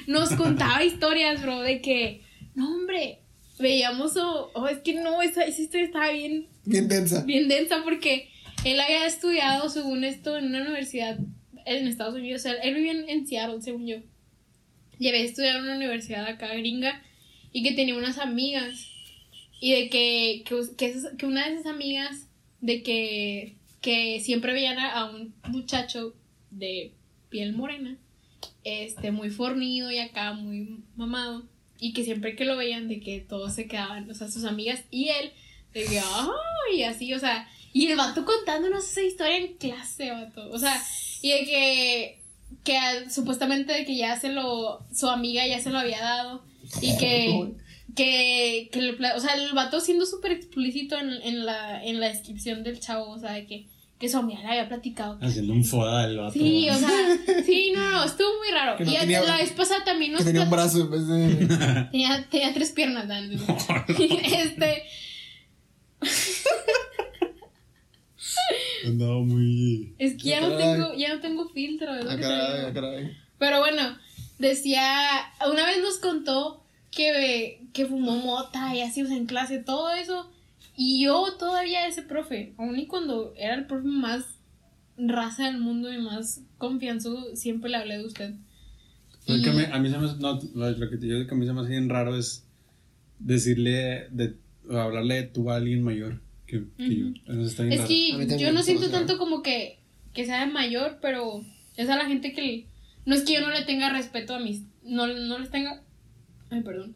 [SPEAKER 1] No, nos contaba historias, bro, de que, no, hombre, veíamos, o oh, es que no, esa, esa historia estaba bien,
[SPEAKER 3] Bien densa.
[SPEAKER 1] bien densa porque él había estudiado, según esto, en una universidad en Estados Unidos, o sea, él vivía en, en Seattle, según yo, y había estudiado en una universidad acá gringa y que tenía unas amigas y de que, que, que, esas- que una de esas amigas, de que, que siempre veían a, a un muchacho de piel morena, este, muy fornido y acá muy mamado, y que siempre que lo veían, de que todos se quedaban, o sea, sus amigas y él, de que, ¡ay! Y así, o sea, y el vato contándonos esa historia en clase, vato, o sea, y de que, que ah, supuestamente de que ya se lo, su amiga ya se lo había dado, y que que, que le pla- o sea, el vato siendo súper explícito en, en, la, en la descripción del chavo, o sea, de que, que su amiga le había platicado.
[SPEAKER 3] Ah,
[SPEAKER 1] que-
[SPEAKER 4] Haciendo un foda del vato.
[SPEAKER 1] Sí, o sea, sí, no, no, estuvo muy raro.
[SPEAKER 3] Que no
[SPEAKER 1] y a-
[SPEAKER 3] tenía-
[SPEAKER 1] la vez pasada también nos
[SPEAKER 3] Que tenía un
[SPEAKER 1] plat-
[SPEAKER 3] brazo en vez de.
[SPEAKER 1] tenía, tenía tres piernas, Dan. este,
[SPEAKER 4] Andaba muy.
[SPEAKER 1] es que ya no
[SPEAKER 3] Ah,
[SPEAKER 1] tengo, ya no tengo filtro, es lo
[SPEAKER 3] Ah,
[SPEAKER 1] que te
[SPEAKER 3] caray,
[SPEAKER 1] digo.
[SPEAKER 3] ah, caray.
[SPEAKER 1] Pero bueno, decía, una vez nos contó que, que fumó mota y así, o sea, en clase, todo eso. Y yo todavía ese profe, aun y cuando era el profe más raza del mundo y más confianzudo, siempre le hablé de usted.
[SPEAKER 2] Lo que a
[SPEAKER 1] Y-
[SPEAKER 2] mí- a mí se me hace- no, lo- lo que te digo que a mí se me hace bien raro es decirle, de, o hablarle de tú a alguien mayor que, que yo. Eso está bien
[SPEAKER 1] Es
[SPEAKER 2] raro.
[SPEAKER 3] A mí
[SPEAKER 1] que
[SPEAKER 3] también
[SPEAKER 1] yo no
[SPEAKER 3] me
[SPEAKER 1] siento
[SPEAKER 3] gusta.
[SPEAKER 1] tanto como que, que sea de mayor, pero es a la gente que le- no es que yo no le tenga respeto a mis, no, no les tenga, ay, perdón,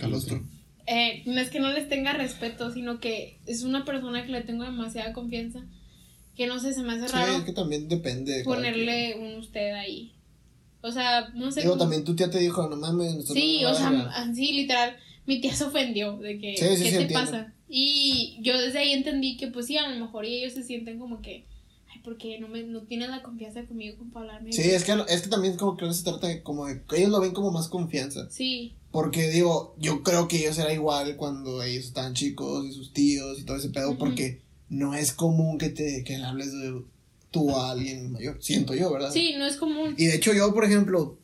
[SPEAKER 3] Al otro.
[SPEAKER 1] Eh, no es que no les tenga respeto, sino que es una persona que le tengo demasiada confianza. Que no sé, se me hace
[SPEAKER 3] Sí,
[SPEAKER 1] raro
[SPEAKER 3] es que también depende. de cada quien.
[SPEAKER 1] ponerle un usted ahí. O sea, no sé.
[SPEAKER 3] Digo,
[SPEAKER 1] cómo-
[SPEAKER 3] también tu tía te dijo, no mames. nosotros
[SPEAKER 1] sí,
[SPEAKER 3] no
[SPEAKER 1] o
[SPEAKER 3] la
[SPEAKER 1] sea,
[SPEAKER 3] verga".
[SPEAKER 1] así literal. Mi tía se ofendió de que,
[SPEAKER 3] Sí, sí,
[SPEAKER 1] ¿qué
[SPEAKER 3] sí,
[SPEAKER 1] te
[SPEAKER 3] entiendo.
[SPEAKER 1] pasa? Y yo desde ahí entendí que, pues sí, a lo mejor ellos se sienten como que, ay, porque no, me, no tienen la confianza conmigo como para hablarme.
[SPEAKER 3] Sí, es que, es que también como que no se trata de como de, ellos lo ven como más confianza.
[SPEAKER 1] Sí,
[SPEAKER 3] Porque digo, yo creo que ellos era igual cuando ellos estaban chicos y sus tíos y todo ese pedo,
[SPEAKER 1] Ujú.
[SPEAKER 3] porque no es común que te que le hables de tú a alguien mayor, siento yo, ¿verdad?
[SPEAKER 1] sí, no es común.
[SPEAKER 3] Y de hecho yo, por ejemplo,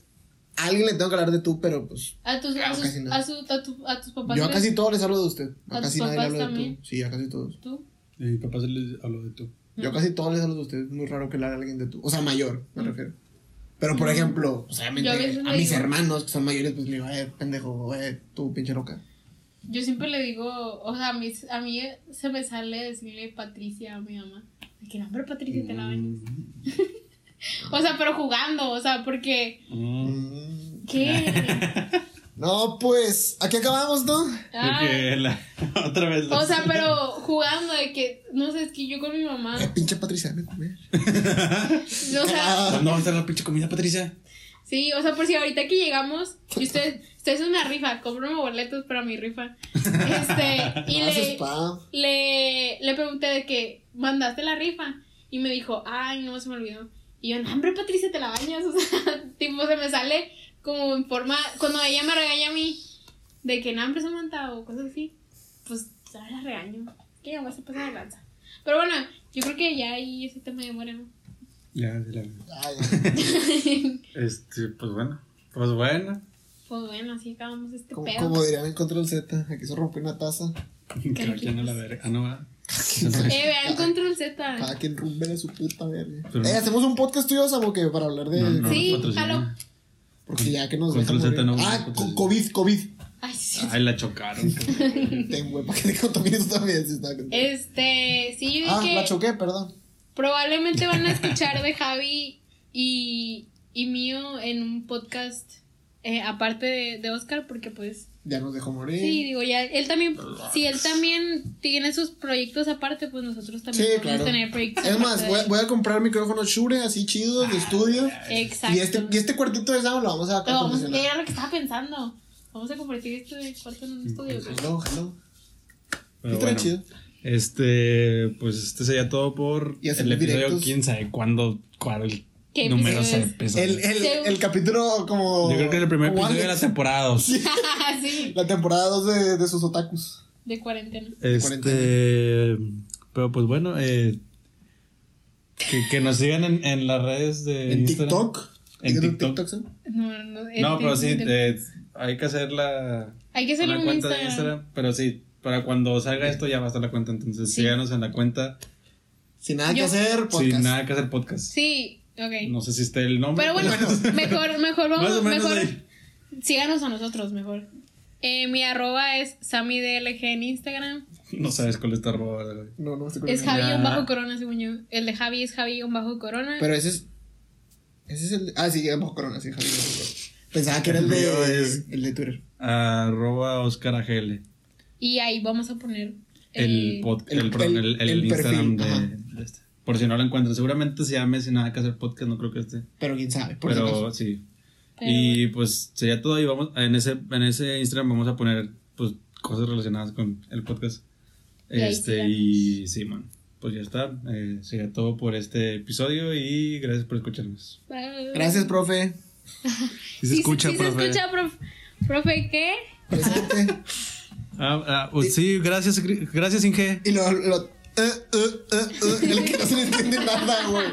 [SPEAKER 3] a alguien le tengo que hablar de tú, pero pues
[SPEAKER 1] A tus, a
[SPEAKER 3] Claro,
[SPEAKER 1] sus-
[SPEAKER 3] casi no.
[SPEAKER 1] a su- a tu- a tus papás.
[SPEAKER 3] yo a
[SPEAKER 1] les-
[SPEAKER 3] casi todos les hablo de usted, a,
[SPEAKER 1] ¿A tus
[SPEAKER 3] casi nadie le
[SPEAKER 1] papás
[SPEAKER 3] hablo de
[SPEAKER 1] también?
[SPEAKER 3] tú, sí, a casi todos.
[SPEAKER 1] ¿Tú?
[SPEAKER 2] Y mi papá se les habló de tú.
[SPEAKER 1] Mm.
[SPEAKER 3] Yo a casi todos les hablo de usted, es muy raro que le hable a alguien de tú, o sea, mayor, me
[SPEAKER 1] Ujú.
[SPEAKER 3] refiero. Pero por
[SPEAKER 1] Ujú.
[SPEAKER 3] ejemplo, pues,
[SPEAKER 1] Mm. Yo a
[SPEAKER 3] obviamente
[SPEAKER 1] veces
[SPEAKER 3] a
[SPEAKER 1] le
[SPEAKER 3] mis
[SPEAKER 1] digo-
[SPEAKER 3] hermanos que son mayores, pues le digo, eh, pendejo, eh, tú, pinche loca.
[SPEAKER 1] Yo siempre le digo, o sea, a mí, a mí se me sale decirle Patricia a mi mamá. De que nombre Patricia te la
[SPEAKER 3] Mm.
[SPEAKER 1] bañas. O sea, pero jugando, o sea, porque. Ah.
[SPEAKER 2] Mm.
[SPEAKER 3] Mm.
[SPEAKER 1] ¿Qué?
[SPEAKER 3] No, pues, aquí acabamos, ¿no?
[SPEAKER 1] Ah,
[SPEAKER 2] De que la- otra vez.
[SPEAKER 1] o sea, pero jugando de que. No sé, es que yo con mi mamá.
[SPEAKER 3] Eh, pinche Patricia, ven a comer.
[SPEAKER 1] O sea,
[SPEAKER 3] Ah,
[SPEAKER 2] ¿Cuándo va a estar la pinche comida, Patricia?
[SPEAKER 1] sí, o sea, por si ahorita que llegamos, y ustedes. Ustedes es una rifa, cómprame boletos para mi rifa. Este, y
[SPEAKER 3] no haces
[SPEAKER 1] le.
[SPEAKER 3] spam.
[SPEAKER 1] le, le pregunté de que mandaste la rifa y me dijo, ay, no, se me olvidó. Y yo, no, hombre, Patricia, te la bañas. O sea, tipo, se me sale como en forma, cuando ella me regaña a mí, de que, no, hombre, Samantha, o cosas así, pues, ¿sabes? La regaño. Que ya vas a pasar de lanza. Pero bueno, yo creo que ya ahí ese tema de moreno.
[SPEAKER 2] Ya, se la
[SPEAKER 3] Ay, ay,
[SPEAKER 2] Este, pues bueno. Pues bueno.
[SPEAKER 1] Pues bueno, así acabamos este
[SPEAKER 3] como,
[SPEAKER 1] pedo.
[SPEAKER 3] como dirían en Control Z, aquí se rompió una taza.
[SPEAKER 2] Cada quien a la verga. Ah, no va.
[SPEAKER 1] Eh, vean Control Z.
[SPEAKER 3] Cada quien rumbe de su puta verga.
[SPEAKER 2] Pero-
[SPEAKER 3] Eh, hacemos un podcast tuyo, Samo, que para hablar de.
[SPEAKER 2] No, no,
[SPEAKER 1] Sí,
[SPEAKER 2] nosotros
[SPEAKER 1] jalo.
[SPEAKER 2] no.
[SPEAKER 3] Porque ya que nos.
[SPEAKER 2] Control Z
[SPEAKER 3] dejan morir.
[SPEAKER 2] no,
[SPEAKER 3] Ah,
[SPEAKER 2] Control
[SPEAKER 3] co-
[SPEAKER 2] Z.
[SPEAKER 3] COVID, COVID.
[SPEAKER 1] Ay, sí.
[SPEAKER 2] Ay, la chocaron.
[SPEAKER 3] Ten, güey, para que te contamines tú también. Si está con-
[SPEAKER 1] Este, sí, yo
[SPEAKER 3] ah,
[SPEAKER 1] dije.
[SPEAKER 3] la choqué, perdón.
[SPEAKER 1] Probablemente van a escuchar de Javi y, y mío en un podcast eh, aparte de, de Oscar, porque pues
[SPEAKER 3] Ya nos dejó morir.
[SPEAKER 1] sí, digo, ya él también, si él también tiene sus proyectos aparte, pues nosotros también
[SPEAKER 3] Sí,
[SPEAKER 1] vamos
[SPEAKER 3] claro.
[SPEAKER 1] a tener proyectos.
[SPEAKER 3] Es
[SPEAKER 1] aparte
[SPEAKER 3] más,
[SPEAKER 1] de
[SPEAKER 3] voy a,
[SPEAKER 1] él.
[SPEAKER 3] voy a comprar micrófonos Shure así chidos de estudio.
[SPEAKER 1] Exacto.
[SPEAKER 3] Y este, y este cuartito de Samo lo vamos a.
[SPEAKER 1] Lo vamos a-
[SPEAKER 3] acondicionar.
[SPEAKER 1] era lo que estaba
[SPEAKER 2] Pues
[SPEAKER 1] pensando. Vamos a convertir este cuarto en un estudio. güey.
[SPEAKER 3] Pues, Hello, hello.
[SPEAKER 2] Pero
[SPEAKER 3] Está
[SPEAKER 2] bueno,
[SPEAKER 3] chido.
[SPEAKER 2] Este, pues este sería todo por
[SPEAKER 3] Y
[SPEAKER 2] el
[SPEAKER 3] hacemos
[SPEAKER 2] episodio,
[SPEAKER 3] directos.
[SPEAKER 2] quién sabe cuándo, cuál
[SPEAKER 1] ¿Qué
[SPEAKER 2] número
[SPEAKER 1] episodio
[SPEAKER 2] se
[SPEAKER 1] es?
[SPEAKER 2] empezó.
[SPEAKER 3] El, el,
[SPEAKER 1] Según-
[SPEAKER 3] el capítulo como...
[SPEAKER 2] Yo creo que es el primer
[SPEAKER 3] como
[SPEAKER 2] episodio de la
[SPEAKER 3] Alex,
[SPEAKER 2] temporada. dos.
[SPEAKER 1] Ah, sí,
[SPEAKER 3] la temporada 2 de, de sus otakus.
[SPEAKER 1] de cuarentena.
[SPEAKER 2] Este, pero pues bueno, eh, que, que nos sigan en, en las redes de
[SPEAKER 3] En
[SPEAKER 2] Instagram.
[SPEAKER 3] TikTok.
[SPEAKER 2] En
[SPEAKER 3] ¿Tienes un
[SPEAKER 2] TikTok.
[SPEAKER 3] sí?
[SPEAKER 1] No, no, no.
[SPEAKER 2] No, pero sí,
[SPEAKER 1] este-
[SPEAKER 2] eh, hay que hacer la,
[SPEAKER 1] hay que hacerlo
[SPEAKER 2] una
[SPEAKER 1] en
[SPEAKER 2] cuenta
[SPEAKER 1] Instagram.
[SPEAKER 2] de Instagram. Pero sí, para cuando salga esto ya va a estar la cuenta. Entonces
[SPEAKER 1] Sí.
[SPEAKER 2] síganos en la cuenta.
[SPEAKER 3] Sin nada que
[SPEAKER 1] Yo-
[SPEAKER 3] hacer, podcast.
[SPEAKER 2] Sin nada que hacer podcast.
[SPEAKER 1] Sí, ok.
[SPEAKER 2] No sé si esté el nombre.
[SPEAKER 1] Pero bueno, mejor, mejor
[SPEAKER 2] Más o
[SPEAKER 1] vamos,
[SPEAKER 2] menos
[SPEAKER 1] mejor
[SPEAKER 2] ahí.
[SPEAKER 1] síganos a nosotros mejor. Eh, mi arroba es SammyDLG en Instagram.
[SPEAKER 2] No sabes cuál está arroba. ¿verdad, güey?
[SPEAKER 3] No, no sé cuál
[SPEAKER 1] Es
[SPEAKER 3] es.
[SPEAKER 2] Ja-
[SPEAKER 1] Javi
[SPEAKER 2] Ya.
[SPEAKER 1] un bajo corona, según yo. El de Javi es Javi un bajo corona.
[SPEAKER 3] Pero ese es... Ese es el... Ah, sí, ya bajo corona, sí, Javier. bajo corona. Pensaba que era el
[SPEAKER 2] El mío
[SPEAKER 3] de...
[SPEAKER 2] es-
[SPEAKER 3] El de Twitter.
[SPEAKER 2] Arroba Oscar AGL.
[SPEAKER 1] y ahí vamos a poner
[SPEAKER 2] El,
[SPEAKER 1] eh,
[SPEAKER 2] pod-
[SPEAKER 3] el-
[SPEAKER 2] el, perdón, el- el
[SPEAKER 3] el
[SPEAKER 2] Instagram
[SPEAKER 3] perfil,
[SPEAKER 2] de, de este. Por si no lo encuentran. Seguramente se llame Sin nada que hacer podcast. No creo que esté.
[SPEAKER 3] Pero quién sabe, por si acaso.
[SPEAKER 2] pero sí.
[SPEAKER 1] pero
[SPEAKER 2] y pues sería todo. Y vamos en ese, en ese Instagram vamos a poner pues cosas relacionadas con el podcast.
[SPEAKER 1] Y ahí
[SPEAKER 2] Este,
[SPEAKER 1] síganos.
[SPEAKER 2] y sí, man. Pues ya está. Eh, sería todo por este episodio y gracias por escucharnos.
[SPEAKER 1] bueno.
[SPEAKER 3] Gracias, profe.
[SPEAKER 2] Si
[SPEAKER 1] Sí, sí, sí se escucha, profe. Profe, ¿qué?
[SPEAKER 3] Presente.
[SPEAKER 2] Ah, ah, uh, sí, gracias, gr- gracias, Inge.
[SPEAKER 3] y lo... lo eh, eh, eh, eh, el que no se le entiende nada, güey.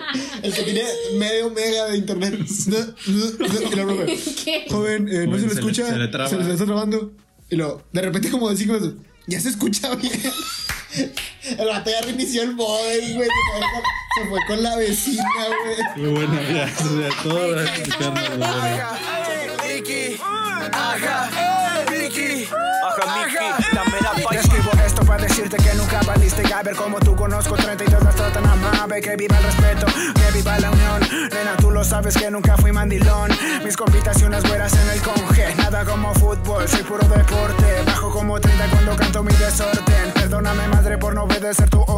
[SPEAKER 3] El que tiene medio mega de internet. Eh, y lo profe.
[SPEAKER 1] ¿Qué?
[SPEAKER 3] Joven, eh, no
[SPEAKER 2] Joven,
[SPEAKER 3] se lo
[SPEAKER 2] se le-
[SPEAKER 3] escucha.
[SPEAKER 2] se le traba.
[SPEAKER 3] Se le está trabando. Y luego, de repente, como de cinco veces, ya se escucha bien. El vato ya reinició el modem, güey. Se fue con- Se fue con la vecina, güey.
[SPEAKER 2] Muy bueno, gracias a todos. Gracias por escucharnos. Bueno.
[SPEAKER 5] Ricky, ajá, Ricky, ajá, Mickey, dame la Te escribo esto para decirte que nunca valiste Gaber como tú conozco 32 las tratan amable Que viva el respeto, que viva la unión Nena, tú lo sabes que nunca fui mandilón Mis compitas y unas güeras en el conge Nada como fútbol, soy puro deporte Bajo como 30 cuando canto mi desorden Perdóname madre por no obedecer tu orden